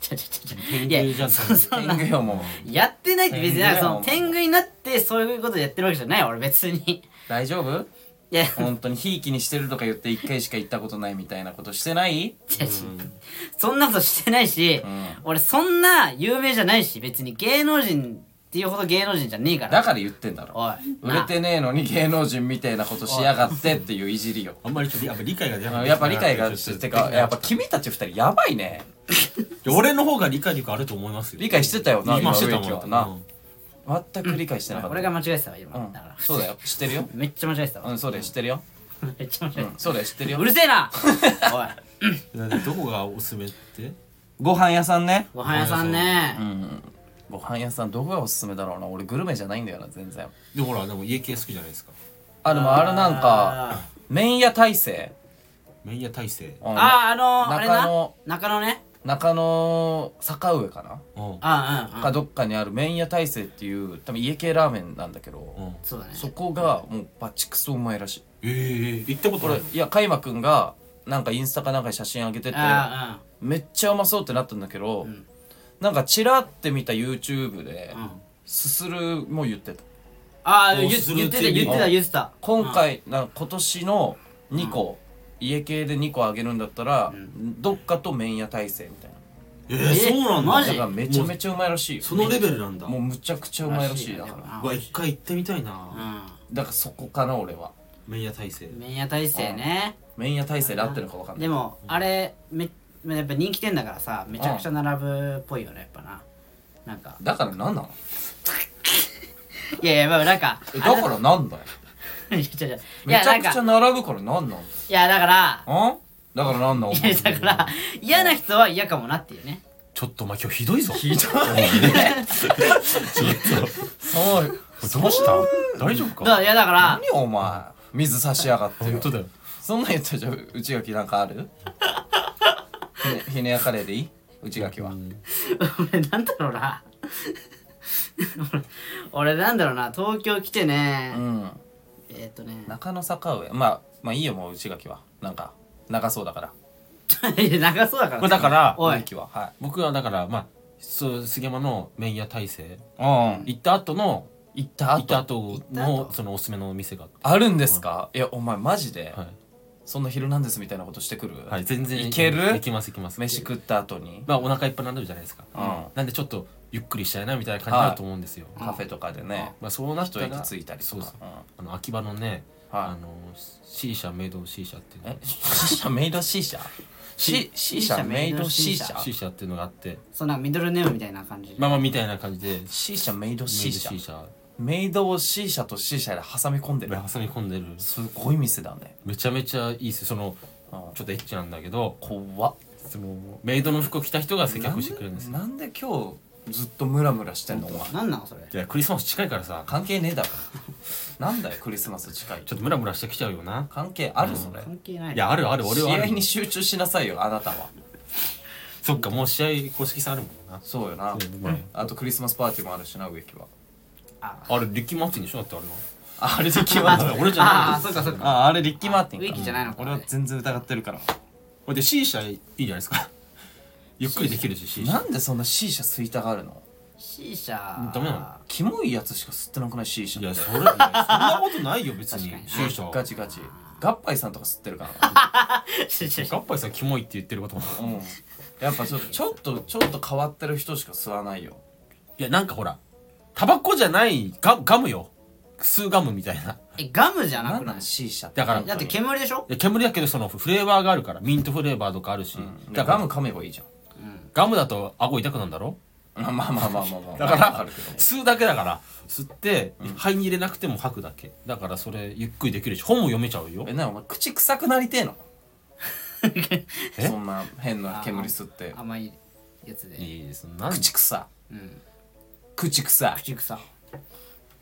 ちょちょちょちょ
天
いや
狗じゃん
そそ
うん
な
天狗よもう
やってないって別になんかその
天
天狗になってそういうことやってるわけじゃない俺別に
大丈夫
いや
本当にひいきにしてるとか言って一回しか行ったことないみたいなことしてない
違う違うそんなことしてないし、俺そんな有名じゃないし別に芸能人っていうほど芸能人じゃねえから
だから言ってんだろ
おい
売れ
な
てねえのに芸能人みたいなことしやがってっていういじりよ
あんまりちょっとやっぱ理解ができない
やっぱ理解が
ちょっと
てかやっぱ君たち二人やばいね
いや俺の方が理解力あると思いますよ
理解してたよな
今してた
今植木
も
は
ん
な
うん
全く理解してなかった
俺が間違えてたわ今、
うん
だから
そうだよ知ってるよ
めっちゃ間違えてたわ、
うんそうだよ知ってるよ
めっちゃ間違えて
うんそうだよ知ってる
た、
よ
うるせえ なおい
だってどこがおすすめって
ご飯屋さんね
ご飯屋さんね、
うんご飯屋さんどこがおすすめだろうな俺グルメじゃないんだよな全然
でもほらでも家系好きじゃないですか
あでもあれなんか
あ
麺屋大成
麺屋大成
ー
うん
あーあのー、あれ
中
な
野
中野ね
中野坂上かな
うん
ああうん、う
か
ん、
どっかにある麺屋大成っていう多分家系ラーメンなんだけ
う
ど
ん
そうだね
そこがもうバチクソうまいらしい
ええ行ったことな
俺
い
いや加山くんがなんかインスタかなんかに写真上げてて
あ
めっちゃうまそうってなったんだけど
ん
なんかチラって見た YouTube で
あうんうん
すするも言ってた
あー
どう
言
する
言ってた
うちに
言ってた言ってた
今回なんか今年の2個家系で2個あげるんだったらどっかと麺屋大成みたいな
えーそうなんだ
マ
だ
ジ
からめちゃめちゃうまいらしいよ
そのレベルなんだ
もう
う
むちゃくちゃうまいらしいだから
わ一回行ってみたいな
だからそこかな俺は
麺屋大成
うん麺屋大成ね
麺屋大成で合ってるのかわかんない
でもあれめやっぱ人気店だからさめちゃくちゃ並ぶっぽいよねやっぱななんか
だからなんなの
いやいやまあなんか
えだからなんだよ
あれ いやいやい
め
や
ちゃ
なん
くちゃ
か
並ぶからなんなのん
いやだから
だからなんなの
いやだから嫌な人は嫌かもなっていうね
ちょっとお前今日ひどいぞ
ひど
ちょっ
そう
とどうした大丈夫
だからいやだから
何お前水差しやがってよ
本当だよ
そんなん言ったじゃん内垣なんかある ひねひねやカレーでいい内垣は
俺なんだろうな 俺なんだろうな東京来てね、
うん
えーっとね
中野坂上まあまあいいよもう内垣はなんか長そうだから
いや長そうだから
まあだから
おい
内垣ははい
僕はだからまあそう杉山の麺屋大成
うん
行った後の
行った
行った
後
後
た後
のそのおすすめのお店があって
あるんですかいやお前マジで
はい
そんな「ヒルナンデス」みたいなことしてくる
はい、全然
いける
いきますいきます
飯食った後に
まあお腹いっぱいになるじゃないですか、
ん
なんでちょっとゆっくりしたいなみたいな感じになると思うんですよ、
カフェとかでね
まあそうなった
一
ら
息ついたり
そ
と
う
か
そうあの秋葉のね、あの C 社メイド C 社っていう
え
の
C 社メイド C 社 C C 社メイド C 社
C 社っていうのがあって
そんなミドルネームみたいな感じで、
まあまあみたいな感じで
C 社メイド C 社
メイド C 社
メイドを C 社と C 社で挟み込んでる
挟み込んでる
すごい店だね
めちゃめちゃいいですよその
うん
ちょっとエッチなんだけど
怖っ
そのメイドの服を着た人が接客してくれるんですよ
なんで今日ずっとムラムラしてんのお前
なんなのそれ
いやクリスマス近いからさ
関係ねえだろ なんだよクリスマス近い
ちょっとムラムラしてきちゃうよな
関係あるそれ、
関係ない
いやあるある俺はあ
試合
る
に集中しなさいよあなたは
そっかもう試合公式戦あるもんな
そうよな、
そうま
あとクリスマスパーティーもあるしな植木は
あ
ああれリッキー・マーティンでしょだってあれは
あれリッキー・マーティン
俺じゃない
ああそっかそっか
ああれリッキー・マーティンか
植木じゃないのか
俺は全然疑ってるから
これで C 社いいじゃないですか ゆっくりできるし C 社
なんでそんな C 社吸いたがるの
C 社
ダメなの
キモいやつしか吸ってなくない C 社
いやそれいやそんなことないよ別に
確
C 社
ガチガチガッパイさんとか吸ってるから、
C 社
ガッパイさんキモいって言ってることも
うん、やっぱちょちょっとちょっと変わってる人しか吸わないよ
いやなんかほらタバコじゃないガガムよ吸うガムみたいな
えガムじゃな
な
く
ん
な
ないん C 社って
だから
だって煙でしょ
いや煙だけどそのフレーバーがあるからミントフレーバーとかあるし、
うん
だ
ガ
から
ム噛めばいいじゃん
ガムだと顎痛くなんだろ
まあまあまあまあまあ、まあ、
だから
あるけど
吸うだけだから吸って、肺に入れなくても吐くだけだからそれゆっくりできるし本も読めちゃうよ
えなにお前口臭くなりてえの
え
そんな変な煙吸って
甘いやつで
いいですなん
口臭
うん
口臭
口臭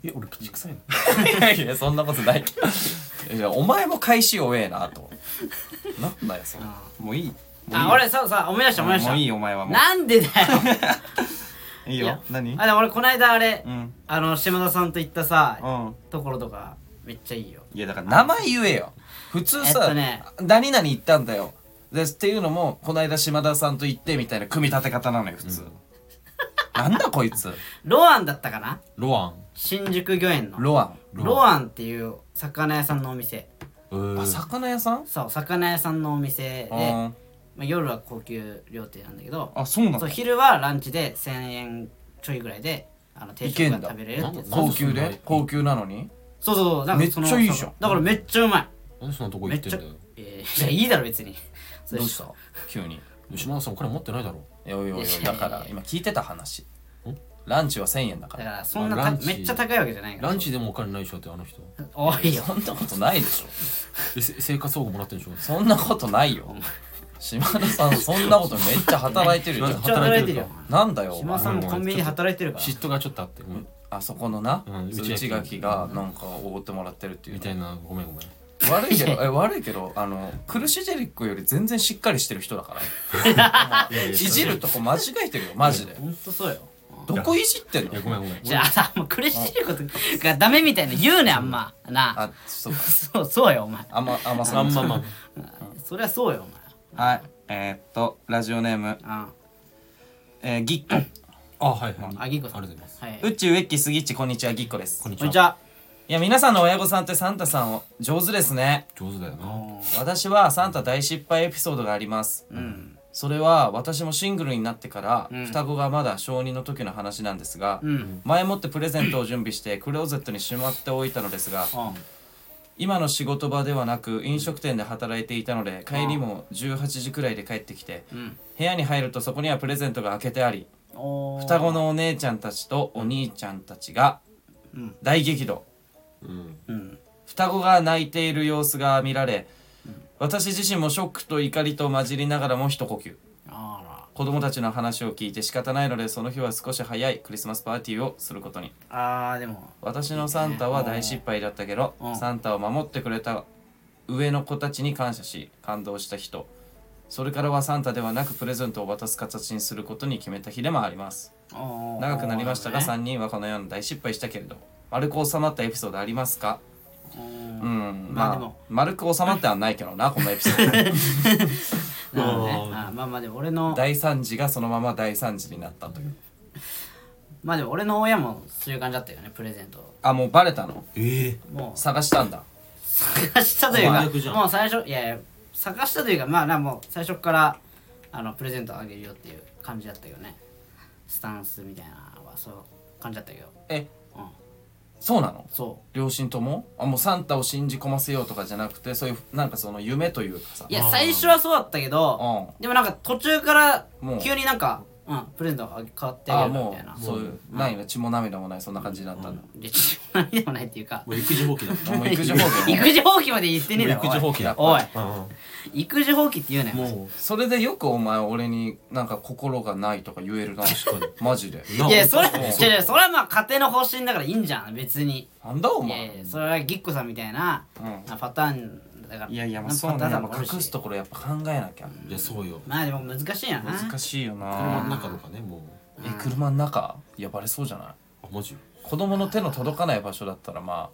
え俺口臭いの
いやいやそんなことないけどえじゃあお前も返し弱えなとなんだよそれもういい
あ俺そうそう思い出した思い出し
もういい
た
よお前はも
なんでだよ
ういい
いや
よ何
あでも俺この間あれ
うん
あの島田さんと行ったさ
うん
ところとかめっちゃいいよ
いやだから名前言えよ普通
えっ
さ
とね
何々言ったんだよですっていうのもこの間島田さんと言ってみたいな組み立て方なのよ普通なんだこいつ
ロアンだったかな
ロアン
新宿御苑の
ロアン
ロアンっていう魚屋さんのお店
うー
あ魚屋さん
そう魚屋さんのお店で、
あ
まあ、夜は高級料亭なんだけど
ーあそうなん
そ
だ
う昼はランチで1000円ちょいぐらいであの定
いけ
食が
んだ
食べれるってやつ
なん
高級で高級なのに
そうそうそうだからその
めっちゃいいじゃん
だからめっちゃうま
何でそんなと
い
こ
め
行っ
ってち
ん
ゃ
だよ
えーいやいいだろ別にそれ
どうした急に
島田さんお金持ってないだろ
いやいやい
いやいやい
や
や
だから今聞いてた話
ん
ランチは1000円だか
だかららそんな
まあ
た
ランチ
めっちゃ高いわけじゃないから
ランチでもお金ないでしょってあの人
多いよ
そんなことないでしょ
えせ生活保護もらってるでしょ
そんなことないよ島田さんそんなことめっちゃ働いて るじゃ
め
ん
っちゃ働いてるよ
なんだよお
島
前
田さんもコンビニで働いてるから
嫉妬がちょっとあってごめん
あそこのな
うん
内垣がなんかおごってもらってるってい
み
う
たいなごめんごめん
悪いけどえ悪いけどあのクルシジェリックより全然しっかりしてる人だからいじるとこ間違えてるよマジで
ほんとそうよ
どこいじってんの
いやごめんごめん
じゃあさもう苦しいことがダメみたいな言うねあんまな
あそうか
そうそうよお前
あんまあんま
あんままあ
そりゃそうよ
はいえーっとラジオネーム
お前
えーぎっこ
あはいはい
あぎっこさん
ありがとうございます
うんはいう
っちうえっきすぎっちこんにちはぎっこです
こんにち
こんに
は
ちはい
や皆さんの親御さんってサンタさんを上手ですね
上手だよな
私はサンタ大失敗エピソードがあります
うん
それは私もシングルになってから、
うん
双子がまだ小2の時の話なんですが、
うん
前もってプレゼントを準備してクローゼットにしまっておいたのですが
あ
今の仕事場ではなく飲食店で働いていたので帰りも18時くらいで帰ってきて
うん
部屋に入るとそこにはプレゼントが開けてあり
おー
双子のお姉ちゃんたちとお兄ちゃんたちが
うん
大激怒
うん
うん
双子が泣いている様子が見られ私自身もショックと怒りと混じりながらも一呼吸
あ
子供たちの話を聞いて仕方ないのでその日は少し早いクリスマスパーティーをすることに
らあーでも
私のサンタは大失敗だったけど
うん
サンタを守ってくれた上の子たちに感謝し感動した人それからはサンタではなくプレゼントを渡す形にすることに決めた日でもあります長
長
くなりましたが
さ
3人はこのような大失敗したけれど丸く収まったエピソードありますかう
うん
ん
まあで
まあ
も
丸く収まってはないけど なこのエピソード
なるほどね
うん
あーまあまあでも俺 の
大惨事がそのまま大惨事になったという
まあでも俺の親もそういう感じだったよねプレゼント
あもうバレたの
ええ
もう
探したんだ
探したという
最悪じゃ
か
ん
もう最初いやいや探したというかまあなもう最初からあのプレゼントあげるよっていう感じだったよねスタンスみたいなのはそう感じだったけど
え
うん
そうなの
そ
両親ともあもうサンタを信じ込ませようとかじゃなくてそういうなんかその夢というかさ
ういや最初はそうだったけど
うん
でもなんか途中から
もう
急になんかうんプレゼントあげ買ってあ
あ
げるみ
も
たいな
うそういうないの血も涙もないそんな感じになったんだ、
でちょっと何でもないっていうか
もう育児放棄だ
もう育児放棄
育児放棄まで言ってねえだろ
育児放棄だ
おい
うんうん
育児放棄って言うねん
も
それでよくお前俺になんか心がないとか言えるな
確かに
マジで
うない
やそれ
確かに
いやいやそれはまあ家庭の方針だからいいんじゃん別に
なんだお
いやい
前
やそれはぎっこさんみたいな
うん
まあパターンだから
いやいやまあ
なんか
そうね
パターン
や
だ
っ
も
ぱ
あるし
隠すところやっぱ考えなきゃ
いやそうよ
まあでも難しいよな
難しいよ
車
な
の中とかねもう
え車の中いやバレそうじゃない
あマジ
子供の手の届かない場所だったらま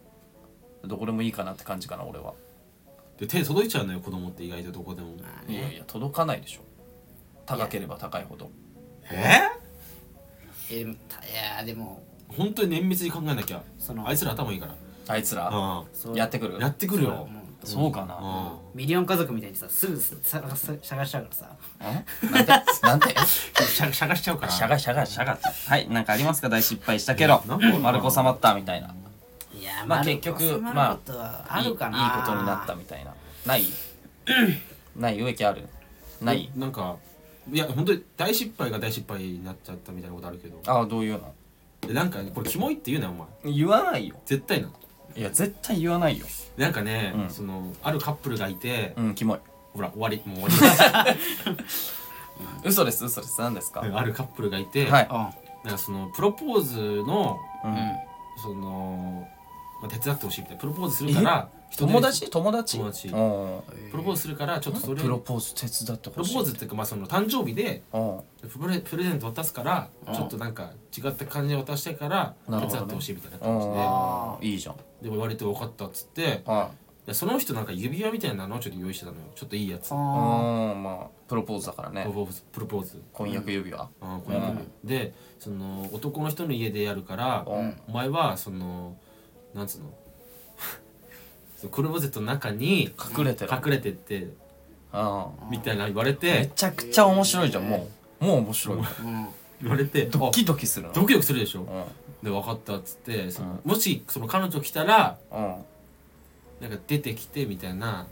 あどこでもいいかなって感じかな俺は
で手届いちゃうのよ子供って意外とどこでも
まあ
い
ね
やいや届かないでしょ高ければ高いほど
え
いやでもたいやでも
本当に綿密に考えなきゃ
その
あいつら頭いいから
あいつら
あ
そう
やってくる
やってくるよ
もう
そうかな
あ
ミリオン家族みたいにさすぐさ探す探しちゃうからさ
んなんてなん て
しゃしゃがしちゃうから
シャガシャガシャガはいなんかありますか大失敗したけど
なんか
丸子収まったみたいない
や
まあ結局
収まる
まあ
ことはあるかない
いいいことになったみたいな ないない植木あるない
なんかいや本当に大失敗が大失敗になっちゃったみたいなことあるけど
ああどういうの
でなんかねこれキモいって言うなよお前
言わないよ
絶対ない
や絶対言わないよ
なんかね、
うん
そのあるカップルがいて、
うんキモい
ほら終わりもう終わりです
嘘です嘘です何ですか
あるカップルがいて、
はい
なんかそのプロポーズの
う
うんん
その、まあ、手伝ってほしいみたいなプロポーズするから人手
友達友達
友達
うん
プロポーズするからちょっとそれ
プロポーズ手伝って
プロ
ほしい
ポーズっていうかまあその誕生日で
うん
プレプレゼント渡すからちょっとなんか違った感じで渡したいから
なる
手
ほどね
伝ってほしいみたいな
う
感じで、
んいいじゃん
で言われて分かったっつって
は
でその人なんか指輪みたいなのをちょっと用意してたのよちょっといいやつプ
い
あ
うんまあプロポーズだから
ロ
ね
ポーズプロポーズ
婚約指輪
あーこれ
うん
でその男の人の家でやるから、
うん
お前はそのなんつうの そのクローゼットの中に
隠れてる
隠れてって
うん
みたいな言われ
め
て
ちゃくちゃ面白いじゃんもうもう面白い
うん
言われて
ドキ
あ
ドキするの
ドキドキするでしょ
うん
で分かったっつってそのもしその彼女来たら
うんあ
なんか出てきてみたいな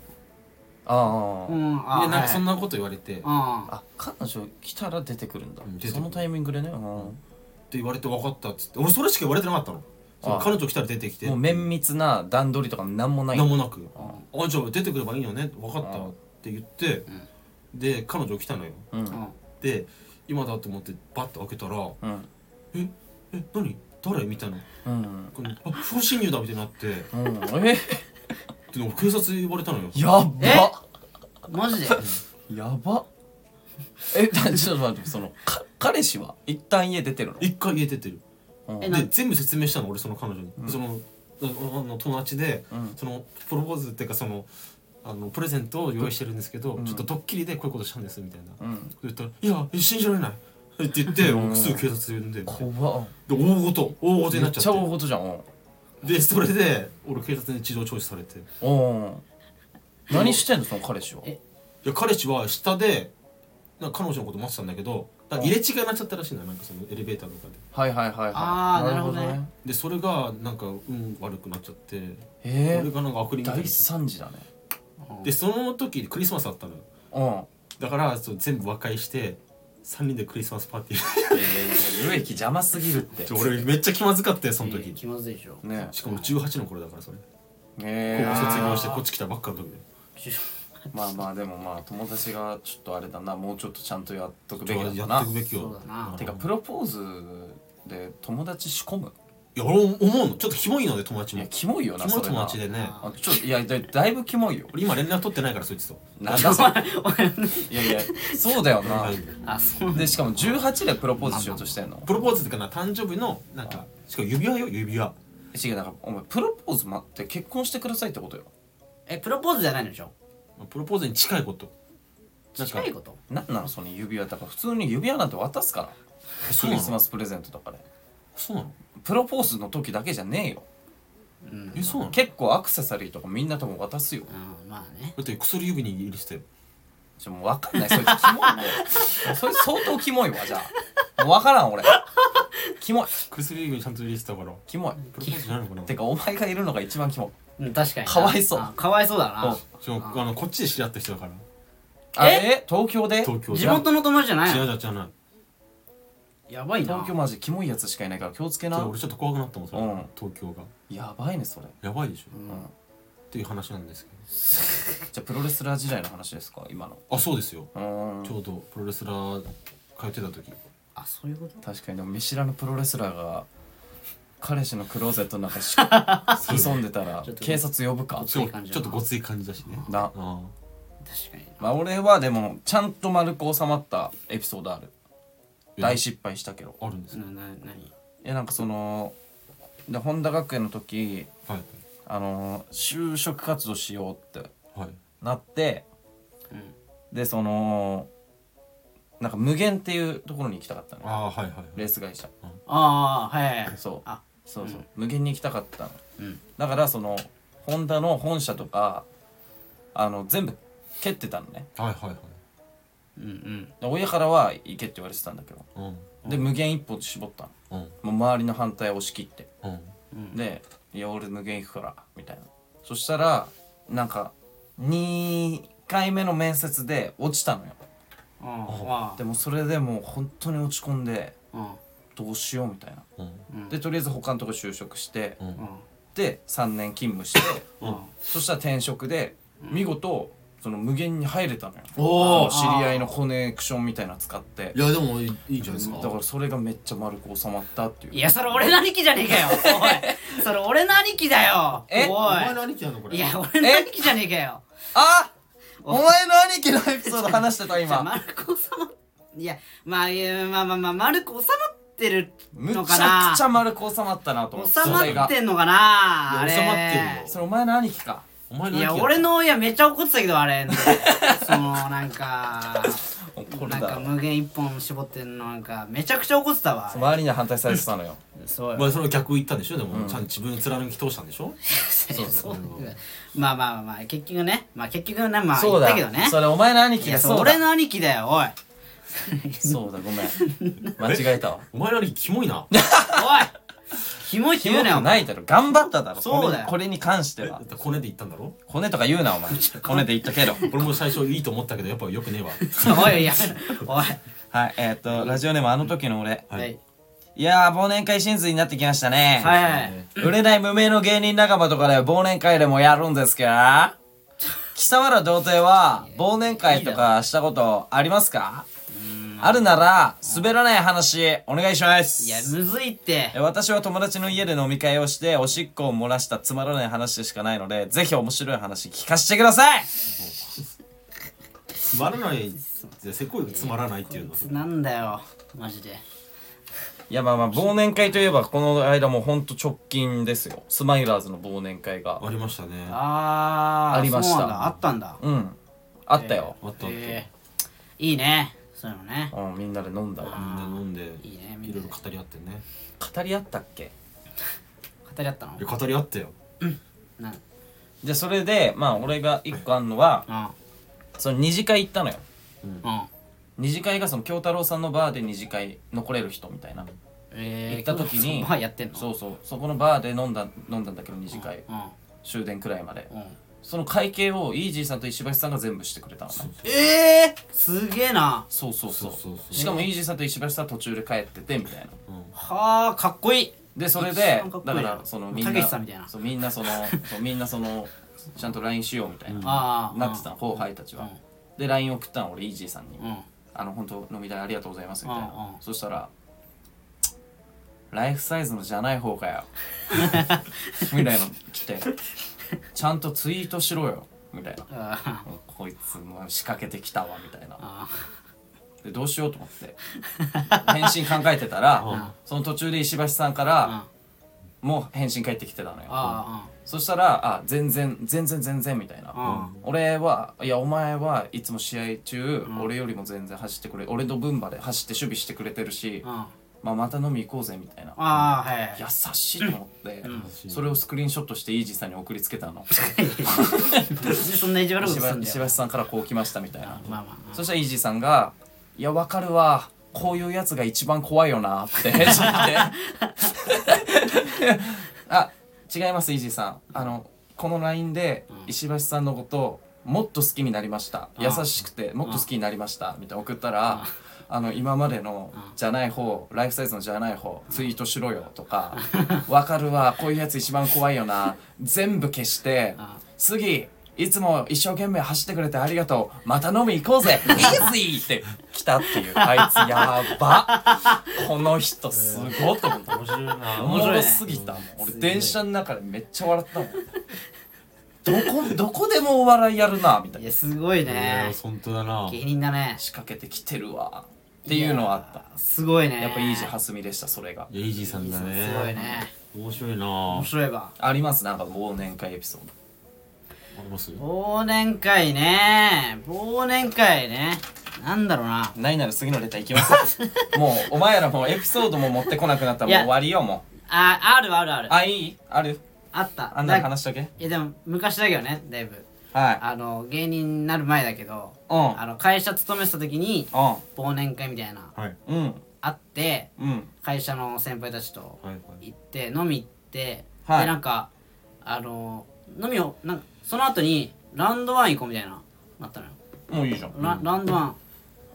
あ
うん
でなんかそん
な
なこと言われて、っ
う
て
ん
あ彼女来たら出てくるんだ
うん出てくる
そのタイミングでねうんも
言われて分かったっつって俺それしか言われてなかったのその
あ
彼女来たら出てきて
う綿密な段取りとかなんもない
何もなく「あじゃあ出てくればいいよね分かった」って言って、で彼女来たのよ
うん
うん
で今だと思ってバッと開けたら
うん
「ええ何誰?」みたいな
うん
このあ不法侵入だ」みたいになってで
うんえ
俺警察呼ばれたのよ
やば
えマ ジで
やば えだちょっと待ってそのか彼氏は一旦家出てるの
一回家出てる
うん
えな
で全部説明したの俺その彼女に、そのああの友達で、
うん
そのプロポーズっていうかそのあのプレゼントを用意してるんですけど、ちょっとドッキリでこういうことしたんですみたいな、
うん
言ったら「いや信じられない」って言って、僕すぐ警察呼んでで
怖っ
大ごと大ごと
め
にな
っ
っちゃ
ち
って
ゃ大事じゃんうん
でそれで俺警察に事情聴取されてい
うん何してんのその彼氏は
え
や彼氏は下でなんか彼女のこと待ってたんだけどなんか入れ違いになっちゃったらしいのよなんかそのエレベーターとかで
はいはいはいはい
あーなるほどね
でそれがなんか運悪くなっちゃって
え
俺
ー
がなんか悪人みたい
大
に
惨事だね
でその時クリスマスだったのよ
うん
だからそう全部和解して3人でクリスマスパーテ ィー
えー、植木邪魔すぎるって
ちょ俺めっちゃ気まずかったよその
えー
時
気まずいでしょ
ね
しかも18の頃だからそれ
え
高校卒
ー、
業してこっち来たばっかの時で
まあまあでもまあ友達がちょっとあれだなもうちょっとちゃんとやっとくべきだ
ちょ
っ
やったていく
な
べき
そう
よ
だな
てかプロポーズで友達仕込む
いや俺思うのちょっとキモいので友達
い
も
やキモいよな
キモ
そ
い
れな
友達でね
あちょっといやだだいぶキモいよ
俺今連絡取ってないからそいつと
なんだそれいやいやそうだよな
あそう
でしかも18でプロポーズしようとしてんの
プロポーズってかな誕生日のなんかしかも指輪よ指輪
違うだからお前プロポーズ待って結婚してくださいってことよ
えプロポーズじゃないのでしょ
プロポーズに近いことなんか
近いこと
なんなのその指輪だから普通に指輪なんて渡すから
そ
ク
うな
リスマ
の
スプレゼントとかで
そうなの
プロポーズの時だけじゃねえよ
うん
えそうなのだ
結構アクセサリーとかみんなとも渡すよ
うんまあね
って薬指に入れてたよ
ちょもう分かんないそれキモいんだよ それ相当キモいわじゃあもう分からん俺キモい
薬指にちゃんと入れてたから
キモい
プロポーズじゃないのかな
てかお前がいるのが一番キモい
うん確かにな
かわいそう
あかわいそうだな
ちょあのこっちで知り合った人だから
あ
え
え東京で
東京で
地元の友達じゃない
違う
の
違う違うない
やばいな
東京マジキモいやつしかいないから気をつけ
ちょっと
な
俺ちょっと怖くなったもんそれ
うん
東京が
やばいねそれ
やばいでしょ
うん
っていう話なんですけ
じゃあプロレスラー時代の話ですか今の
どあそうですよ
うーん
ちょうどプロレスラー通ってた時
あそういうこと
確かにでも見知らぬプロレスラーが彼氏のクローゼットの中にし潜んでたら
ちょっと
警察呼ぶか
ちょ
い感じ
ちょっとごつい感じだしね
な
あ
確かに
まあ俺はでもちゃんと丸く収まったエピソードある
え
大失敗したけど
あるんですね
なな何
いやなんかそので本田学園の時
はい
あの就職活動しようって
はい
なって
うん
でそのなんか無限っていうところに行きたかったのよ
ああーはいは
レ
いは
ー
い
ス会社
ああはいはいはい
そう
あ
そうそう、
うん
無限に行きたかったの
うん
だからそのホンダの本社とかあの全部蹴ってたのね
はいはいはい
うんうん
で親からは行けって言われてたんだけど
うん
で無限一本絞ったの
うん
もう周りの反対を押し切って
うん
うん
で「いや俺無限行くから」みたいなそしたらなんか2回目の面接で落ちたのよ
あああ
でもそれでもう本当に落ち込んで
あ
どうしようみたいな
うん
うん
でとりあえず他のとこ就職して
うん
うん
で3年勤務して
うん
そしたら転職で見事その無限に入れたのよ
お
ー
その知り合いのコネクションみたいなの使って
いやでもいいいいんじゃないですか
だからそれがめっちゃ丸く収まったっていう
いやそれ俺の兄貴じゃねえかよおいそれ俺の兄貴だよ
え
お
お前の
い
兄貴なのこれ
いや俺の兄貴じゃねえかよ
あお前の兄貴のエピソード話してた
じゃあ
今
丸く収まっいやまあいやまあまあまあ丸く収まってる
むちゃ
の
く
かな
ちゃ丸く収まったなと思って
収ま
それが
ってんのかなあ
い
れ
や収まってるよ
それお前の兄貴か
お前の
い
兄貴
や
な
俺の親めっちゃ怒ってたけどあれそのなん か
怒る
なん
だ
か
ろ
無限一本絞ってんのなんかめちゃくちゃ怒ってたわあれ
周りには反対されてたのよ
そう
お
よ
前その逆言ったんでしょでも、ちゃんと自分貫き通したんでしょ
そうそうまあまあまあ結局ねまあ結局ねまあ
そう
言っ
だ
たけどね
それお前の兄
い
貴
や
だ
それ
そう
俺
だ
の兄貴だよ おい
そうだごめん間違えたわ
お前の兄貴キモい
お
な
いキモいって
キ
言
モ
う
く
なよ
ないだろ頑張っただろ
そうだよ
これこれに関しては
コネで言ったんだろ
骨とか言 うなお前骨で言ったけど
俺も最初いいと思ったけどやっぱよくねえわ
おいいやおい
はいえーっとラジオネームあの時の俺
はいはい
いやー忘年会シーズンになってきましたね
はい
売れない無名の芸人仲間とかで忘年会でもやるんですか貴様ら童貞は忘年会とかしたことありますかあるなら滑らない話お願いします
いやむずいって
え私は友達の家で飲み会をしておしっこを漏らしたつまらない話でしかないのでぜひ面白い話聞かせてください
つまらないじゃせっこいつまらないっていうのは
なんだよマジで
いやまあまあ忘年会といえばこの間もうほんと直近ですよスマイラーズの忘年会が
ありましたねあ
あー
ありました
そうなんだあったんだ
うんあったよ、
ったあった、
えーいいねそういうのね
うん、みんなで飲んだわ
みんな飲んで
いいねみんな
いろい
で
ろ語り合ってね
語り合ったっけ
語り合ったの
いや語り合ってよ
なんうん
じゃあそれでまあ俺が一個あんのはその二次会行ったのよ
うん
二次会がその京太郎さんのバーで二次会残れる人みたいな
えー
行った時に
まあやってんの
そうそうそこのバーで飲んだ飲んだんだけど二次会
うん
終電くらいまで
うん
その会計をイージーさんと石橋さんが全部してくれたのね
ええすげえな
そうそうそう
そうそうそう
しかもイージーさんと石橋さんは途中で帰っててみたいな
はあかっこいい
でそれで
一番かっこい
だ
い
か
な
らそのみん
たけ
な
しさんみたいな
そうみんな そのそうみんなそのちゃんと LINE しようみたいな、
ああ
なってたの後輩たちは、で LINE 送ったの俺イージーさんに、
うん
あの本当飲み代ありがとうございますみたいな、
うんうん
そしたら「ライフサイズのじゃない方 かよ」みたいなの来て「ちゃんとツイートしろよ」みたいな
あ
「こいつもう仕掛けてきたわ」みたいな
あ
でどうしようと思って返信考えてたら、その途中で石橋さんか
うん
ら、もう返信返ってきてたのよ、
あ
そしたら「あ全然全然全然」みたいな、
あ
俺はいやお前はいつも試合中、俺よりも全然走ってくれ俺の分まで走って守備してくれてるし、
うんあ
まあ、また飲み行こうぜみたいな
あはいはい
優しいと思って、それをスクリーンショットしてイージーさんに送りつけたの
なんでそんな意地悪いこと
石
すん
橋
だ
石
よ
橋さんからこう来ましたみたいな、
まあま
そしたらイージーさんが「いやわかるわこういうやつが一番怖いよな」って 返信して「あ違いますイージーさんあのこの LINE で石橋さんのこともっと好きになりました優しくてもっと好きになりました」みたいな送ったらあの今までのじゃない方ライフサイズのじゃない方ツイートしろよと か「わかるわこういうやつ一番怖いよな」全部消して「次いつも一生懸命走ってくれてありがとうまた飲み行こう ぜイーズイ!」って来たっていうあいつやばこの人すごっと思った
面白いな
おもろすぎたもん俺
すごい
電車の中でめっちゃ笑ったもんどこどこでもお笑いやるなみたい
い
な
やすごい
え
ね
ー本当だな
芸人だね
仕掛けてきてるわっていうのはあった
たすごいね
やっぱいいじはすみでしたそれが
いやイージーさんだね
すごいね
面白いな
面白いわ
ありますなんか忘年会エピソード
あります
忘年会ね忘年会ねなんだろうな
ないなら次のレターいきます もうお前らもうエピソードも持ってこなくなったらもう終わりよもう
ああるあるあるあ
あいいある
った
あんなの
だ
話しとけ
いやでも昔だけどねだいぶ
は
あの芸人になる前だけど
いうん
あの会社勤めてた時に忘年会みたいな
はい
うんうん
あって
うん
会社の先輩たちと
はいはい
行って飲み行って、
はい
でなんかあの飲みをなんかその後にラウンドワン行こうみたいななったのよ、
もういいじゃん
ララウンドワン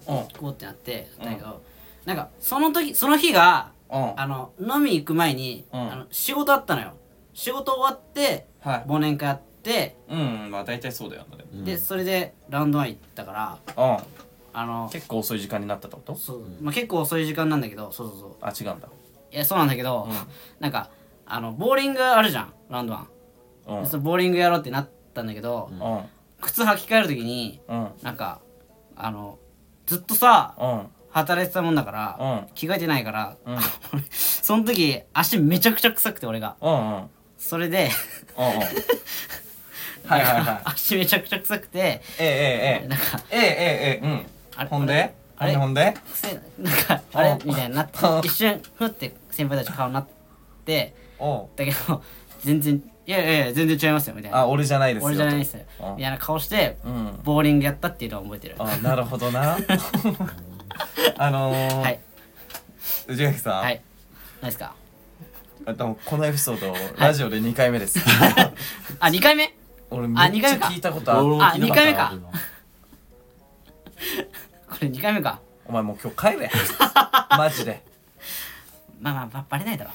うんうん
行こうってなってだけど、なんかその時その日があの飲み行く前に、
うん
あの仕事あったのよ仕事終わって
はい
忘年会あって、
うんうんまあ大体そうだよね
うん
でそれでラウンドワン行ったから
うん
あの
結構遅い時間になったってこと
そう、まあ、結構遅い時間なんだけどそうそうそう
あ違うんだ
いやそうなんだけど、なんかあのボーリングあるじゃんラウンドワン、
うん
でそのボーリングやろうってなったんだけど、
うん
靴履き替える時に
うん
なんかあのずっとさ
うん
働いてたもんだから、
うん
着替えてないから、
うん
その時足めちゃくちゃ臭くて俺が
うんう んうんうん
それで
はいはいはい
足めちゃくちゃ臭くて
ええええ
なんか
ええええええ
あ
うん
れ
ほんで
あ
ほ
れ
んでほんで
癖なんかあれ
うん
みたいになって
うん
一瞬ふって先輩たち顔になって
おう
だけど全然いやいやいや全然違いますよみたいな
あ俺じゃないですよ
俺じゃないですよ
うん
みたいな顔して
うん
ボーリングやったっていうのを覚えてる
あなるほどな あのー
はい
内垣さん、
はい何ですか
あでもこのエピソードラジオで2回目です
あ2回目
俺めっ
二
ちゃ
回目か
聞いたことある
あ二回目かこれ2回目か
お前もう今日帰れマジで
まあまあばバレないだろ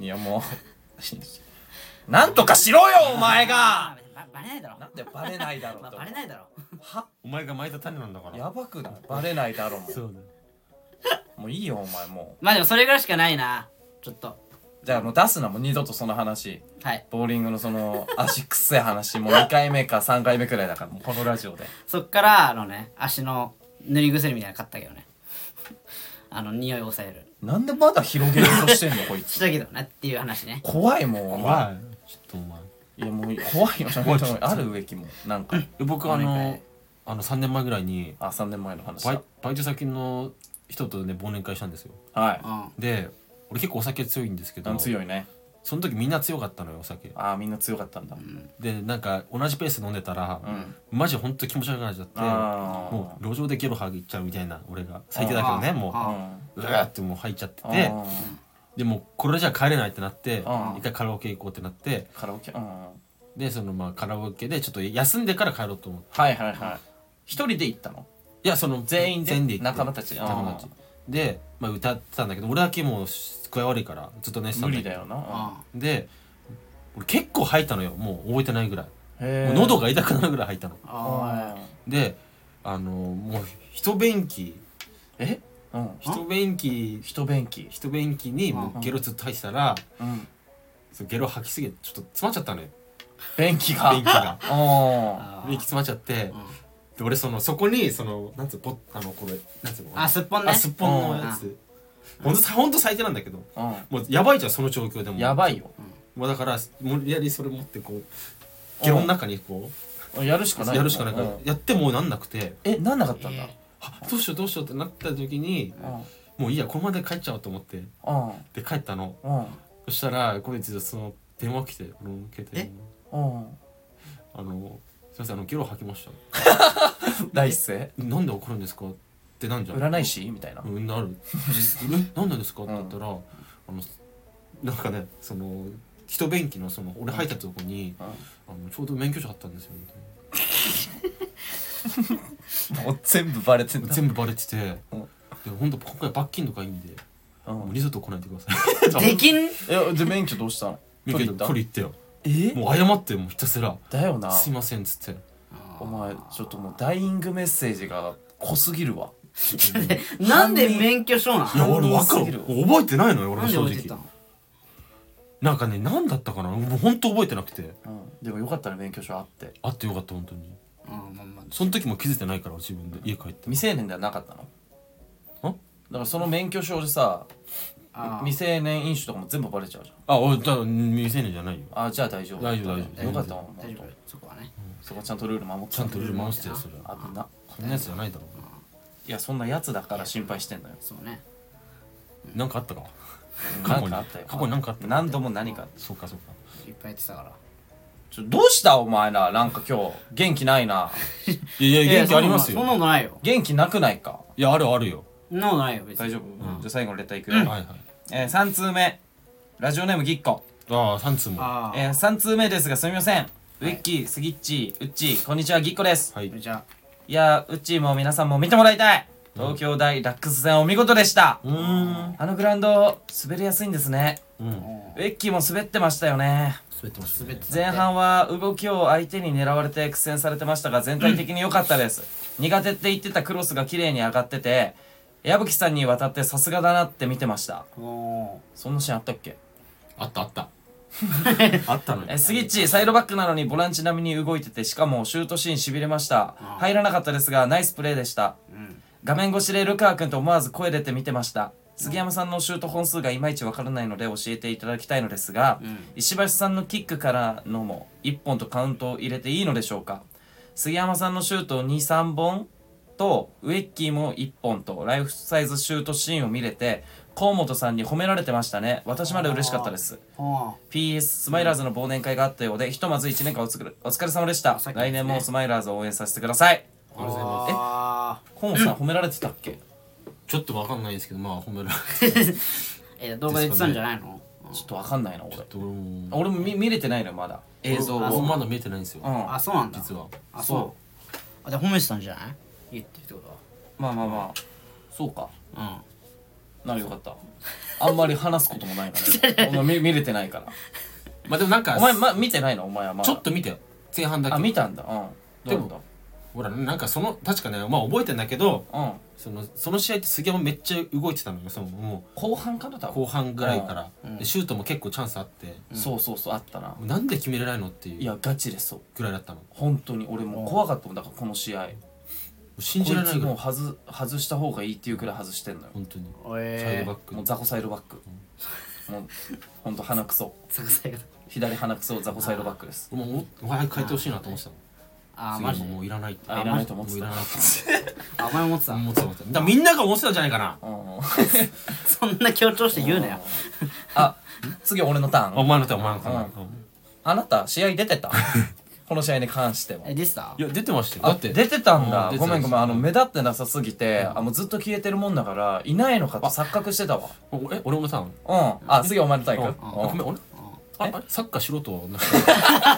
いやもう なんとかしろよお前が
あばバレないだろ
なんでバレないだろう
まあ
と
バレないだろ
は
お前が巻いた種なんだから
やばくないバレないだろも
そうだ
うもういいよお前も
まあでもそれぐらいしかないなちょっと
うじゃあもう出すなもう二度とその話
はい
ボーリングのその 足くせえ話もう2回目か3回目くらいだからもうこのラジオで
そっからあのね足の塗り薬みたいなの買ったけどね あの匂いを抑える
なんでまだ広げようとしてん のこい
し
つ
たけどなっていう話ね
怖いもんお前
いちょっとお前
いやもう怖いよな本当にあるべきもんなんか
え僕あのあの3年前ぐらいに
あ3年前の話
バイ
だ
バイト先の人とね忘年会したんですよ
はい
うん
で俺結構お酒強いんですけ
う
ど
ん強いね
その時みんな強かったのよお酒
ああみんな強かったんだ
でなんか同じペースで飲んでたら、マジほんと気持ち悪くなっちゃって
あー
もう路上でゲロ吐いちゃうみたいな俺が最低だけどね
あー
も
う
あ
ん
ううわーってもう吐いちゃってて
うん
でもうこれじゃ帰れないってなって
ん
一回カラオケ行こうってなって
カラオケうんはい
でそのまあカラオケでちょっと休んでから帰ろうと思って
はいはい一人で行ったの
いやその
全員で
全員で行って
仲間たち
仲間たちで、まあ、歌ってたんだけど俺だけもう具合悪いからずっと寝てた
無
んだ
理
けど
だよなうん
う
で俺結構吐いたのよもう覚えてないぐらい
へ
も
ー
う喉が痛くなるぐらい吐いたの
ん
であのもう一便器
えうん
一便器
人便器
一便器にもうゲロずっと吐いてたら
うん
そうゲロ吐きすぎてちょっと詰まっちゃったのよ
便器が
便器が
うん
あ
便器詰まっちゃってで俺そのそこにそのなんつうのぼあのこれなんつうの
あすっぽんね
あすっぽんのやつほんとほんと最低なんだけど
う
もうやばいじゃんその状況で
ん
も
やばいよ
もうだから無理やりそれ持ってこうゲロの中にこ
やるしかな
う
い
やるしかないから
うん
やってもうなんなくて
えなんなかったんだ
え
あどうしようどうしようってなった時に
うん
もういいやこのままで帰っちゃおうと思って
うん
で帰ったの
うん
そしたら後日その電話来て俺の携帯に
うん
あのすいませんあのゲロ吐きました
第一声
なんで怒るんですかってなんじゃん
占い師みたいな
う んなるえなんでですかって言ったら、あのなんかねその人便器のその俺入ったとこに、あのちょうど免許証あったんですよみたいな
もう全部バレてんだ
全部バレてて
うん
で本当今回罰金とかいいんで
うん
もう二度と来ないでください
できん
い やで免許どうしたの
免
取り
許
行った
取り行ってよ
え
もう謝ってよもうひたすら
だよな
すいませんっつって
お前ちょっともうダイイングメッセージが濃すぎるわ
なんで免許証なの
いや
な
俺分
す
か
ぎ
る
る
覚えてないのよ俺も
んで
正
置いてた
直
の
なんかね何だったかなもう本当覚えてなくて
うんでもよかったら免許証あって
あってよかった本当に
うんまあまあ
その時も気づいてないから自分で家帰って
未成年ではなかったの
あ
だからその免許証でさ
あー
未成年飲酒とかも全部バレちゃうじゃん
あ俺だ未成年じゃないよ
あじゃあ大丈夫
大丈夫大丈夫
よかったわ
大丈夫そこはね
そこちゃんとルール守って
ちゃんとルール守してよそれは
危な
こんなやつじゃないだろ
いやそんなやつだから心配してんのよ
そうね
なんかあったか
な
過去
ん
に
かあったよ
過去になんかあった
何度も何かあった
そうかそうか
いっぱいやってたから
ちょどうしたお前らなんか今日元気ないない
やいや元気あります
いやそんな
よ
ことないよ
元気なくないか
いやあるあるよ
そんなことないよ別
大
に
丈夫、じゃあ最後のレターいくよ、
はいはい
えー、3通目ラジオネームぎっこ、
ああ三通も
あ
は
えー、3通目ですがすみませんウィッキースギッチーウッチーこんにちはぎっこです
あ
い
じゃ
いやーウッチーも皆さんも見てもらいたい東京大ラックス戦お見事でした、
うーん
あのグラウンド滑りやすいんですね
うん
あ
滑
も
ウィッキーも滑ってましたよね
ってます
滑ってた
前半は動きを相手に狙われて苦戦されてましたが全体的に良かったです、苦手って言ってたクロスが綺麗に上がってて矢吹さんに渡ってさすがだなって見てました
うも
そんなシーンあったっけ
あったあった あった のよ
えスギッチサイドバックなのにボランチ並みに動いててしかもシュートシーンしびれました入らなかったですがナイスプレーでした
ううん
画面越しでルカワ君と思わず声出て見てました杉山さんのシュート本数がいまいちわからないので教えていただきたいのですが、
うん
石橋さんのキックからのも1本とカウントを入れていいのでしょうか杉山さんのシュートを23本とウェッキーも1本とライフサイズシュートシーンを見れて河本さんに褒められてましたね私まで嬉しかったです
あ
PS スマイラーズの忘年会があったようでひとまず1年間おつくれお疲れ様でした
さっきですね
来年もスマイラーズを応援させてください
ありがとうございます
あ
河本さん褒められてたっけ、
ちょっとわかんないですけどまあ褒 められ
え動画で言ってたんじゃないの
ちょっとわかんないな俺
て俺も
俺も見見れてないのよまだ映像
俺も
を
まだ見えてないんですよ
うんま
あ
あ
そうなんだ
実は
あそうあじゃあ褒めてたんじゃない言ってるってこと
まあまあそうか
は
ならよかったあんまり話すこともないからねお前見見れてないから
まあでもなんか
お前、ま、見てないのお前はまだ
ちょっと見てよ前半だ
あ
け
見たんだうんどうなんだ
ほらなんかその確かねまあ覚えてんだけど
うん
そのその試合って杉山めっちゃ動いてたのよそのも
後半かな
う
多分
後半ぐらいから、
うん
でシュートも結構チャンスあって、
そうそうそうあったな
なんで決めれないのって
い
いう
やガチでそう
ぐらいだったの
本当に俺もう怖かったもんだからこの試合こ
信
い
じられない
つ
ぐら
も
いう
外外した方がいいっていうくらい外してんのよ
本当に
うん
サイ
え
ドバ
え
ック
もうザコサイドバックもうほんと鼻くそ
サクサク
左鼻くそザコサイドバックです
もうもうお早く変えてほしいなと思ってたの
あー
杉
マジ
山
で
もういらないって
あいらないと思ってた
もういらないと
あお前思って た
思ってた思ってただからみんなが思ってたんじゃないかな
うん
そんな強調して言うなよ
あ次俺のタ
あお
ーン
前の手お前の手お前の手
あなた試合出てたこの試合に関しては
えディスタ
いや出てましたよ
あ
だって
出てたん
う
だ
出て
ご
た
めんごめんあの目立ってなさすぎて、
うん
あもうずっと消えてるもんだからいないのかと錯覚してたわ
おえ俺もさ、
うんあ次お前のタイプ、
あ
うん
ごめん俺あ
え
あれサッカー素人なんか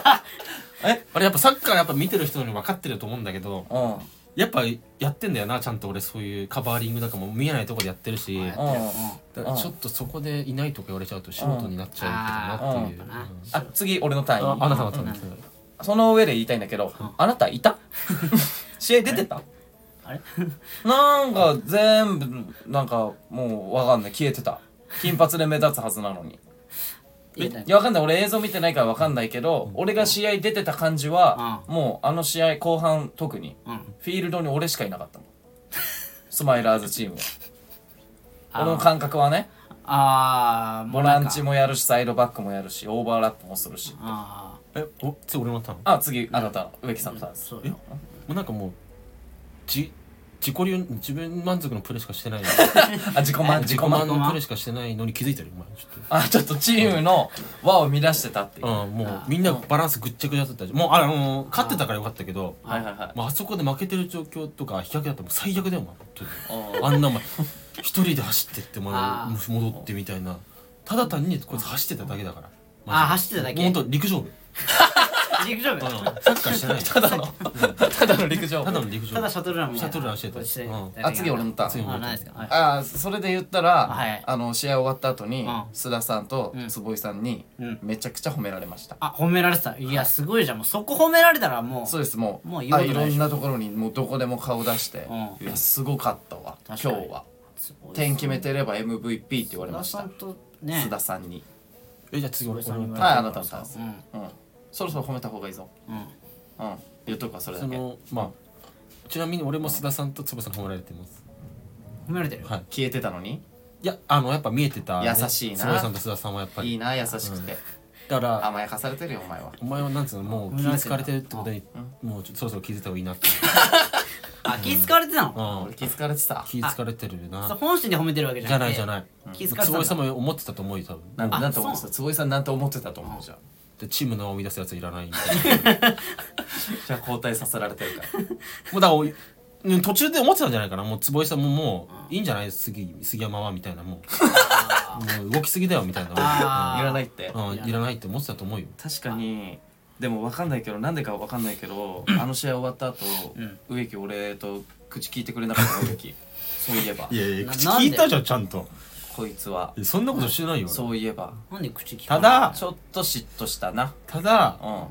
え
あれやっぱサッカーやっぱ見てる人に分かってると思うんだけど
うん
やっぱやってんだよなちゃんと俺そういうカバーリングだからもう見えないところでやってるし、
やって
だ
る
うん
からちょっとそこでいないとか言われちゃうと仕事になっちゃうけどなっていう、
あ次俺のター
あ
ン
あなたのために
その上で言いたいんだけど、あなた いた試合出てた
あれ
なんか全部なんかもうわかんない消えてた金髪で目立つはずなのに
いや
いやわかんない俺映像見てないからわかんないけど、俺が試合出てた感じは、もうあの試合後半特に、
うん
フィールドに俺しかいなかったもんスマイラーズチームは
あー
俺の感覚はね
ああ
ボランチもやるしサイドバックもやるしオーバーラップもするし
あ
えおつ俺のたのも
あ次あなたの植木さんのターン
あ
です
そうよ
うなんかもうじ自己流自分満足のプレーしかしてない
あ自己満自
自
己
己
満
満のプレーしかしてないのに気づいてるお前ちょっと
あちょっとチームの輪を乱してたっていう、
うん、もうみんなバランスぐっちゃぐちゃだったしもうあの勝ってたからよかったけど
はいはいはい
まあ、あそこで負けてる状況とか飛躍だったらもう最悪だよお前本当に
うん
あんなお前一人で走ってってお前
あ
もし戻ってみたいなただ単にこいつ走ってただけだから
あ走ってただけ
本当陸上部
あ陸上部
サッカーしてない
ただのただの陸上
ただの陸上
ただシャトルランみたいな
シャトルランしてたうん
あ次俺乗った
次
あないですかはい
ああそれで言った
あはい
らあの試合終わった後に
うん
須田さんと
うん
坪井さんに
うん
めちゃくちゃ褒められました
あ褒められてたいやすごいじゃんもうそこ褒められたらもう
そうですもう
もう言う
あ
ことない
い
でしょ
ろんなところにもうどこでも顔出して
う
いやすごかったわ今
確
日
かに
は
すごい
点決めてれば MVP って言われ
須
ま
田
し
さ
た
んとね
須田さんに
えじゃあ次俺
俺さんに言われ
はいあなたのターンです
うん
うんそろそろ褒めた方がいいぞ
うん
うん言っとくわそれだ
そ
け
のまあちなみに俺も須田さんと坪さんに褒められてます
褒められてる
はい
消えてたのに
いやあのやっぱ見えてた、
優しいな
坪さんと須田さんはやっぱり
いいな優しくて
だから
甘やかされてるよお前は
お前はなんつうのもう気疲れてるってことにもうちょっとそろそろ気づいた方がいいなって
あ気使われてたの
うん
俺気づかれてた
気疲れてる
そう
な
本心で褒めてるわけじ
じ
ゃ
ゃ
な
ないいじゃない
気づかれてたんだ
坪井さんも思ってたと思うよ多分
なん
あ
なんて思って
そ
た坪井さんなんて思ってたと思うじゃん
でチームの生み出すやついらない みたいな
じゃあ交代させられてるから
もうだからおいうん途中で思ってたんじゃないかなもう坪井さんももういいんじゃない杉杉山はみたいなもうもう動きすぎだよみたい
あ
な
ー
いらないって
うんうんいらないって思ってたと思うよ
確かにでも分かんないけどなんでか分かんないけどあの試合終わった後
ん
植木俺と口聞いてくれなかったの植 木そういえば
やい
や口聞いた
じゃんちゃんと
こいつは
そんなことしてないよ
そういえば
なんで口聞く
た
の
だ
ちょっと嫉妬したな
ただ
うん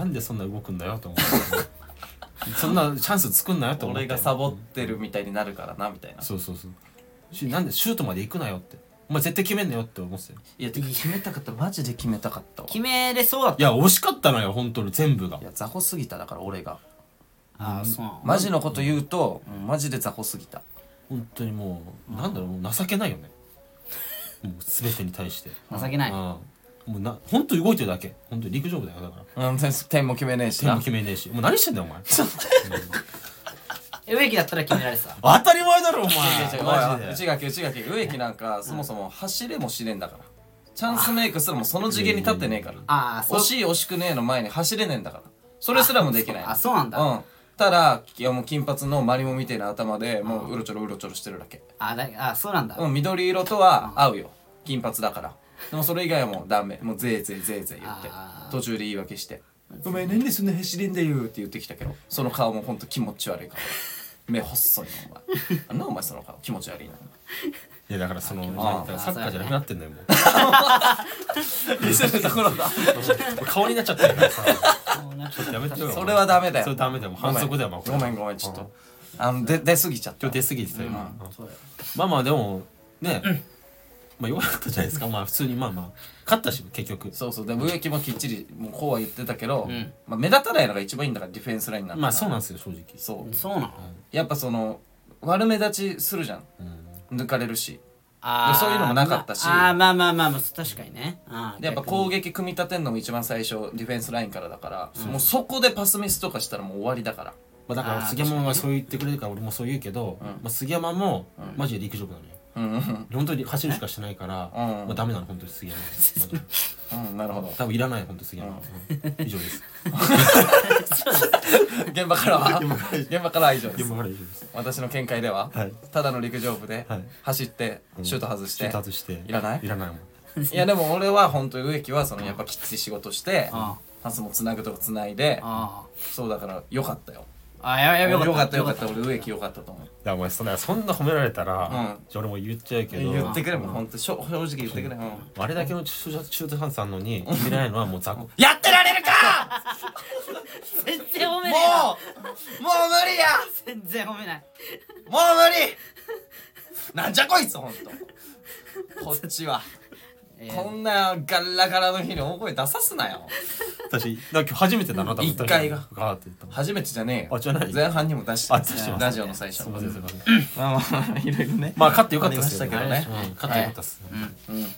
なんでそんな動くんだよと思って そんなチャンス作んなよと思って
俺がサボってるみたいになるからなみたいな
そうそうそうしなんでシュートまで行くなよってお前絶対決めんなよって思ってたよ
いやてか決めたかったマジで決めたかったわ
決めれそうだっ
い
た
や惜しかったのよ本当に全部が
いや雑魚すぎただから俺が
あーそうなの
マジのこと言うとマジで雑魚すぎた
本当にもうなんだろうもう情けないよね もう全てに対して
情けない
うんもうな本当に動いてるだけ本当に陸上部だよだから
うん点点も決めねえし
点
な
も決めねえしもう何してんだよお前
え植木だったら決められてた
当たり前だろお前
違う違うマ
マジ
ジで内
で
垣内垣植木なんかそもそも走れもしねえんだからチャンスメイクすらもその次元に立ってねえから
ああそ
惜
う
しい惜しくねえの前に走れねえんだからそれすらもできない
あそうなんだ
うんただいやもう金髪のマリモみたいな頭でもううろちょろうろちょろしてるだけ
あだあそうなんだ
うん緑色とは合うよ金髪だからでもそれ以外はもうダメもうぜいぜいぜいぜい言って
あー
途中で言い訳して「お前なんでそんな走れんだよ」って言ってきたけどその顔もほんと気持ち悪いから目細いのお前なんだお前その顔気持ち悪いない
やだからその
あ
サッカーじゃなくなってんだよもう
見せるところだ
顔になっちゃってるからさ
そうなんか
やめて よ
それはダメだよ
それダメだよもう反則だよまあこれ
ごめんごめんちょっとあので出過ぎちゃった
今日出過ぎてたよ、今
そうだよ
まあまあでもね、まあ弱かったじゃないですかまあ普通にまあまあ勝ったし結局
そうそうでも植木もきっちりもうこうは言ってたけど、
ん
まあ、目立たないのが一番いいんだからディフェンスラインなんだから
まあそうなんですよ正直
そう
そうなの
やっぱその悪目立ちするじゃん抜かれるし
あー
そういうのもなかったし
まああーまあまあまあまあ確かにねあー
でやっぱ
逆に
攻撃組み立てんのも一番最初ディフェンスラインからだから、もうそこでパスミスとかしたらもう終わりだから
まあ、だから
あー
杉山がそう言ってくれるから俺もそう言うけど、まあ、杉山もマジで陸上部なのよ、
うんうん
本当に走るしかしてないから、
うん
まあ、ダメなの本当に杉山マジで
うんなるほど
多分いらない本当杉山、うん以上 です
現場からは 現場からは以上です
山から以上です
私の見解では、
はい
ただの陸上部で
はい
走ってシュート外して、
出発して
いらない
いらないもん
いやでも俺は本当に植木はそのやっぱきっちり仕事して
あ
パスもつなぐとこつないで
あ
そうだからよかったよ
ーあやや
よ
よ
か
かっ
っ
たた
よかった俺植木よかったと思う
いやお前そんなそんな褒められたら、
うん
じゃあ俺も言っちゃうけど
言ってくれもう本当正正直言ってくれうん
あれだけの中中途半端なのに決められないのはもう雑魚
やってられるか
全然褒
も
め
う
ない
もう無理や
全然褒めない
もう無理なんじゃこいつほんとこっちは
えー
こんなガラガラの日に大声出さすなよ
私だから初めてだな多分
一回が
ガーって言ったの
初めてじゃねえよ
あじゃない
前半にも出して
あ出してます
ラジオの最初
すいませんすいません
まあまあまあいろいろね
まあ勝ってよかったっすよ
ありましたけどね
うん勝ってよかったっす
うん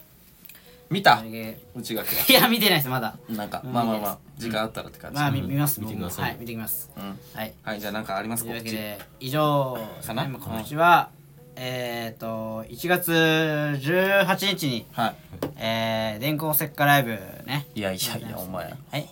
見た
あげ
内垣
いや見てないですまだ
はなんか
うん
まあまあまあ時間あったらって感じ
まあみ見ます
見てくださ
は
い
い見てきます
うん
はい
はいじゃあなんかあります
と
か
いうわけ
告知
で以上ですね
かな
まあ告知はえっと1月18日に
は
えー電光石火ライブね
いいやいやいやお前
はい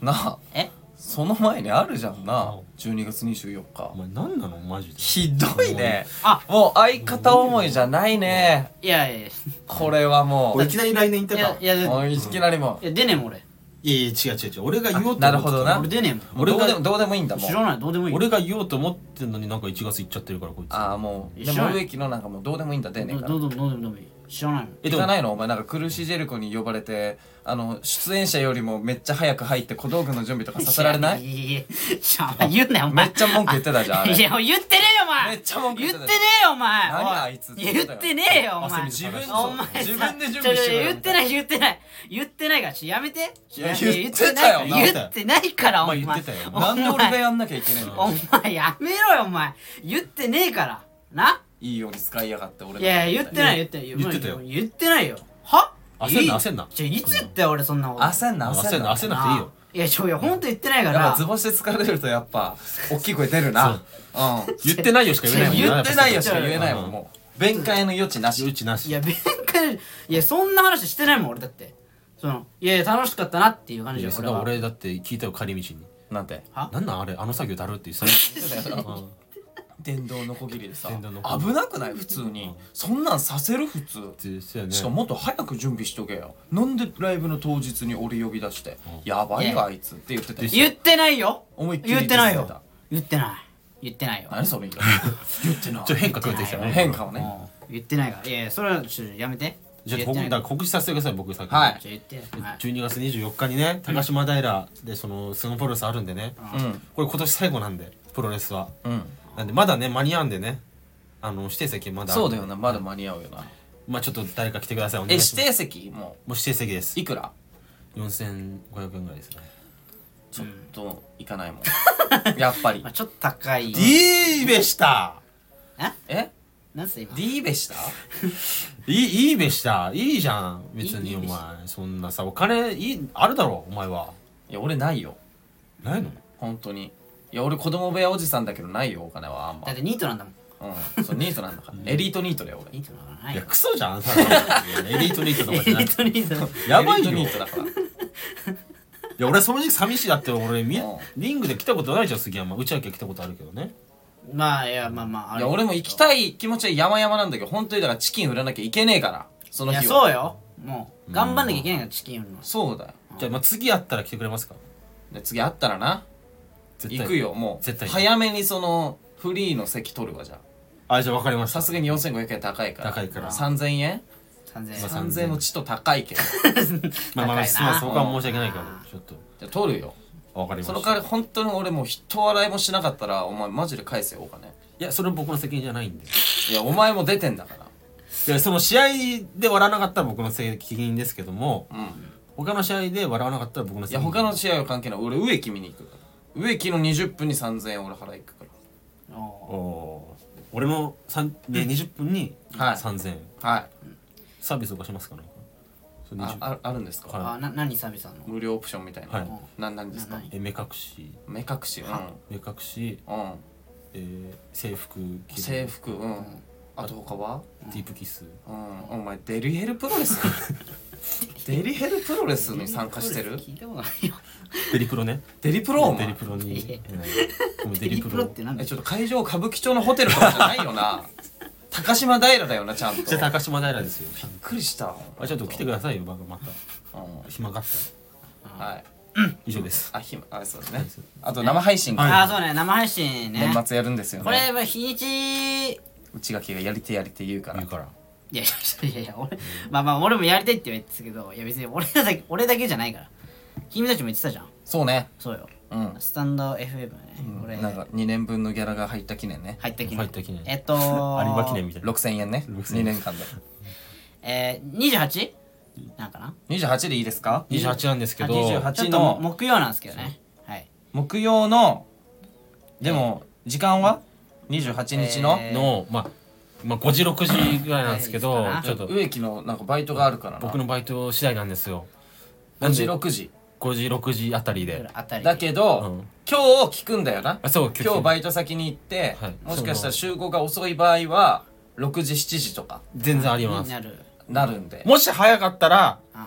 なあ
え
その前にあるじゃんな12月24日
お前何なのマジで
ひどいね
あ
もう相方思いじゃないね
いやいやい
これはもう
きなり来年行っ
やいやいや
もういきなりも
いや出ねえもん俺
いやいや違う違う違う俺が言おうと思ってた
あなるほどな
俺出ねえもん
俺
どう
が
でもどうでもいいんだもん
知らないどうでもいい
俺が言おうと思ってんのになんか1月行っちゃってるからこいつ
ああもうで
知ら
も
ない
植木のなんかもうどうでもいいんだ出ねえ
ど
か
ど
ら
うでもどうでもどうでもいい知らないの
え
行
でも
かないのお前なんか苦しいジェルコに呼ばれてあの出演者よりもめっちゃ早く入って小道具の準備とかさせられない
いやいやいやお前言うなよお前
めっちゃ文句言ってたじゃんあれ
いや言ってねえよお前
めっちゃ文句言
言
っ
ってて
た
ねえよお前
何
お
あいつ
言ってねえよお前
汗水
お
流
前
して
さ
自分で準備して
ちょ
る
ちょ言ってない言ってない言ってないからやめて
いや
い
言ってたよ
言ってないから
お前
言ってないからお前お前
な
言ってたよ
んで俺がやんなきゃいけないの
お前やめろよお前言ってねえからない
いように使いやがって俺の
いやいや言ってない言ってない
言ってたよ
言ってないよは
焦んない焦んな
ちょいつ言ったよ俺そんなこと
焦んな焦
焦
ん
ん
な
な焦んなくていいよ
いやちょいやほんと言ってないか
やっ
ら
ぱ図星疲れるとやっぱ大きい声出るなうん
言ってないよしか言えないもん
言
言ってないよしか言えないも
うん
もう弁解の余地なし
うちなし
いや弁解いやそんな話してないもん俺だってそのいやいや楽しかったなっていう感
い
じ
や
よ
そ
俺
れは
は
俺だって聞いたよ帰り道に
なんて
は
なんなんあれあの作業だるって 言ってたよ
電動のこぎりでさ
電動ノコギリ
危なくない普通にそんなんさせる普通
うんそうやね
しかももっと早く準備しとけよなんでライブの当日に俺呼び出して「やばいわあいつ」って言ってたよ
言ってないよ
思いっきり
言ってない
ディスって
よ
た
言ってない言ってないよ
何 それ言い方言ってない
ちょっと変化加えてきた ね
変化をね
うん言ってないからいやいやそれはちょっとやめて
じゃあ
言っ
こ
てな
こだ
い
から告知させてください僕さっき
は
ちょ言ってないはい
12月24日にね高島平でそのスガプロレスあるんでね
うん
これ今年最後なんでプロレスは
うん
なんでまだね間に合うんでねあの指定席まだ
そうだよなまだ間に合うよな
まあちょっと誰か来てくださいお
え
願いし
指
ます
定席も
もう指定席です
ういくら
4500円ぐらいですね
ちょっと行かないもんやっぱり
まあちょっと高い
いいべした
え
なんす今
D ベした
いいいいべしたいいじゃん別
いい
に
いい
お
べし
前そんなさお金いいあるだろお前はい
や俺ないよ
ないの
本当にいや俺子供部屋おじさんだけどないよお金はあんま
だってニートなんだもん
うんそうニートなんだからエリートニートだよ俺
ニートだからない
いや
よ
クソじゃん ただのエリートニートとかじ
ニ
ゃない
ートニート
やばい
エ
よ
リートニ
い
ートだから
や俺その時期寂しいだって俺み
うん
リングで来たことないじゃん杉山内ちは来たことあるけどね
まあいやまあまああ
い
れ
や俺も行きたい気持ちは山々なんだけど本当にだからチキン売らなきゃいけねえからその
いや
日は
そうよもう頑張んなきゃいけないからチキン売るの
そうだよ
じゃあまあ次やったら来てくれますか
で次会ったらな
絶対
行くよもう
絶対
早めにそのフリーの席取るわじゃあ
あじゃあ分かりました
さすがに4500円高いから
高いから
3000円
3000円
まあ
3000円もちょっと高いけど
まあま
高
あ
いな
すまんそこは申し訳ないからちょっと
じゃあ取るよ
分かりまし
そ
た
の代わり本当に俺もう人笑いもしなかったらお前マジで返せよお金
いやそれ僕の責任じゃないんで
いやお前も出てんだから
いやその試合で笑わなかったら僕の責任ですけども
うん
他の試合で笑わなかったら僕の
い
責
や
任
他の試合は関係ない俺植木見に行くから植木の20分に3000円俺払い行くか
おー
おー俺の3、ね、20分に
はい
3000円、
らはい
サービスとかしますかなんかその20
あああるんですか、
はい
あな何サービスあんの
無料オプションみたいな、
はい
ななんですか
なない
え目隠し
目隠しう
目隠し、
ん、うん、
えー制服着る
制服うん、あと他は
ディープキス
うんお前デリヘルプロ レスデリヘルプロレスに参加してる
聞いたことないよ
デリプロね
デリプロお
デリ
前
プロに
いや
うんごめん
デ
デ
リ
リ
プ
プ
ロ
ロ
ってなんだ
え
よ
ちょっと会場歌舞伎町のホテルとかじゃないよ な高島平だよなちゃんと
じゃあ
びっ
高島平ですよ
くりした
あちょっと来てくださいよままた
うん
暇があった
はい
ら以上です
あひあそうですねあと生配信
あ
が
あそうね生配信ね
年末やるんですよ
これ
ね
は日にちいう
ちがきがやりてやりて言うから
言うから
やいやいやいや俺まあまあ俺もやりたいって言ってたけどいや別に俺だけ俺だけじゃないから君たちも言ってたじゃん
そうね
そうよ
うん
スタンド FM ね俺
なんか2年分のギャラが入った記念ね
入った記念
入った記念
えっと有
有馬記念みたいな
6000円ね
6000
2年間で
えー、28? なんかな
28でいいですか
28なんですけど
28
ちょっとも木曜なんですけどねはい
木曜のでも時間は28日の、
え
の、まあ、まあ5時6時ぐらいなんですけど、
はい
ちょっと
植木のなんかバイトがあるからな
僕のバイト次第なんですよ
5時6時
5時6時あたりで
あたり
だけど、
うん
今日を聞くんだよな
あそう
今日バイト先に行って、
はい
もしかしたら集合が遅い場合は6時7時とか
全然ありえ
に
ます
なる
なるんで
もし早かったら
あ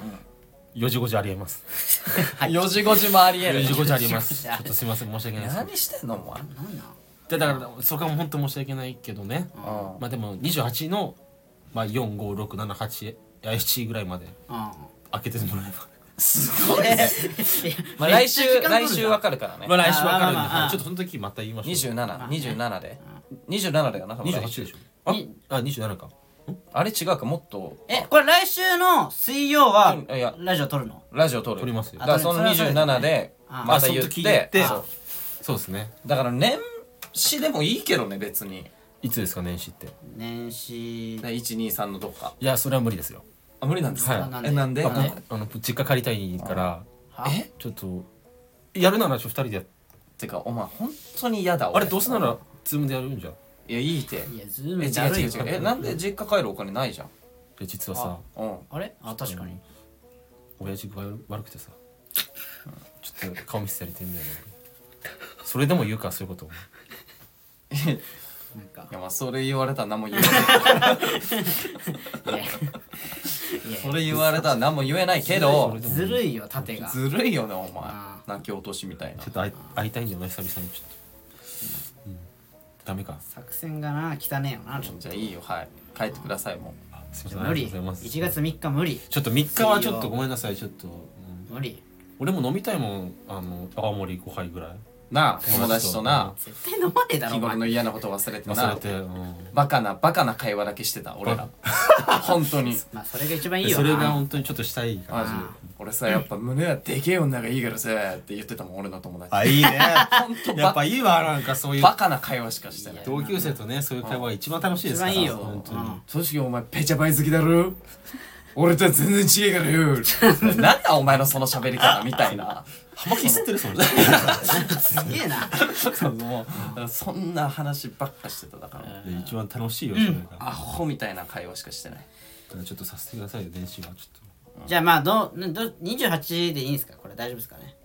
4時5時ありえます
はい
4時5時もありえる
4時5時ありえます
4時5
ちょ
時
っとすいません申し訳ないです
何してんのお前
なんなん
でだからそこは本当申し訳ないけどね
うん
まあでも28の、まあ、456787ぐらいまで
うん
開けてもらえば
すごいねまあ来週来週わかるからね
まあ来週わかるんで
あまあまあ
はいちょっとその時また言いましょう。
2727 27で27だよな多分
28でしょ。
あ
あ、27か。
あれ違うかもっと
えこれ来週の水曜は
うんいや
ラジオ撮るの
ラジオ撮る
撮りますよ
だからその
あそれはそ
27
うです
で
あ
また言っ
あその時言
て
って
そう
そうですね。
だから年始でもいいけどね別に
いつですか、年始って。
年始
123のどっか
いや、それは無理ですよ。
あ無理なんです
は
か
い
えなんで
なんで
え
あの、実家帰りたいから、
は
え
ちょっと、やるならちょっと二人でやっ
ってかお前本当に嫌だ
あ
俺
れ、どうせなら、ズームでやるんじゃん。
いやいいって
いやズー
え違う
ムだるい
違う
よ
違うえなんで実家帰るお金ないじゃん
で、実はさ、
うん
あれあ確かに
親父が悪くてさ、ちょっと顔見せられてんだよね。それでも言うか、そういうことを。
なんか
いやまあそれ言われたら何も言え
いやい
ない それ言われたら何も言えないけど
やずるいよ縦が
ずるいよねお前
あ
泣き落としみたいな
ちょっと会い会いたいんだよね、久々にちょっと。うんダメか。
作戦がな汚ねえよなちょっと
じゃあいいよはい帰ってくださいも
あすいません、あ
無理
りがとうございます。
1月3日無理
ちょっと3日はちょっとごめんなさい、ちょっと。うん
無理
俺も飲みたいもん、あの、青森5杯ぐらい。
うなあ友達とな
絶対飲まねえだろ
日
お
頃の
前
嫌なこと忘れて
忘
な
れて、うん。
バカなバカな会話だけしてた俺ら本当に
まあそれが一番いい
で
よ
それが
な
本当にちょっとしたいから
マジ俺さやっぱ胸はでけえ女がいいからさって言ってたもん俺の友達
あいいね
本当
や
バ
っぱいいわなんかそういう
バカな会話しかしてない
いや
同級生とね、そういう会話が一番楽しいですから。
一番いいよ
本当に。
うん
正直お前ペチャバイ好きだろ俺とは全然違えからよなんだお前のその喋り方みたいな
ハマキ吸ってるそれ。
すげえな
そうもうそんな話ばっかしてただから
で一番楽しいよ、それが。だか
アホみたいな会話しかしてない
らちょっとさせてくださいよ、電子は。ちょっと。
じゃあまあどうど28でいいんですかこれ大丈夫ですかね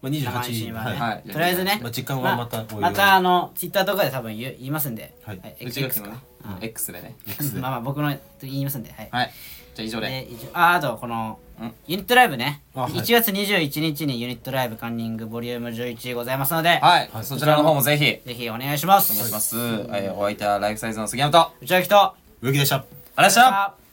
まあ、28
配信はね、
はい
はい
とりあえずね、
まあ時間はまたおいおい
またあのツイッターとかで多分言う言いますんで、
はい
内垣
XX
のね
か、
うん X でね
まあまあ僕の言いますんではい、
はいじゃあ以上で
で一応ああとこの
うん
ユニットライブね、
あはい
1月21日にユニットライブカンニングボリューム11ございますので、
はい、そちらの方もぜひ
ぜひお願いしま
お願いし
す
ます、えーお相手はライフサイズの杉山とありがとう
内垣と
植木でした。
ございました
た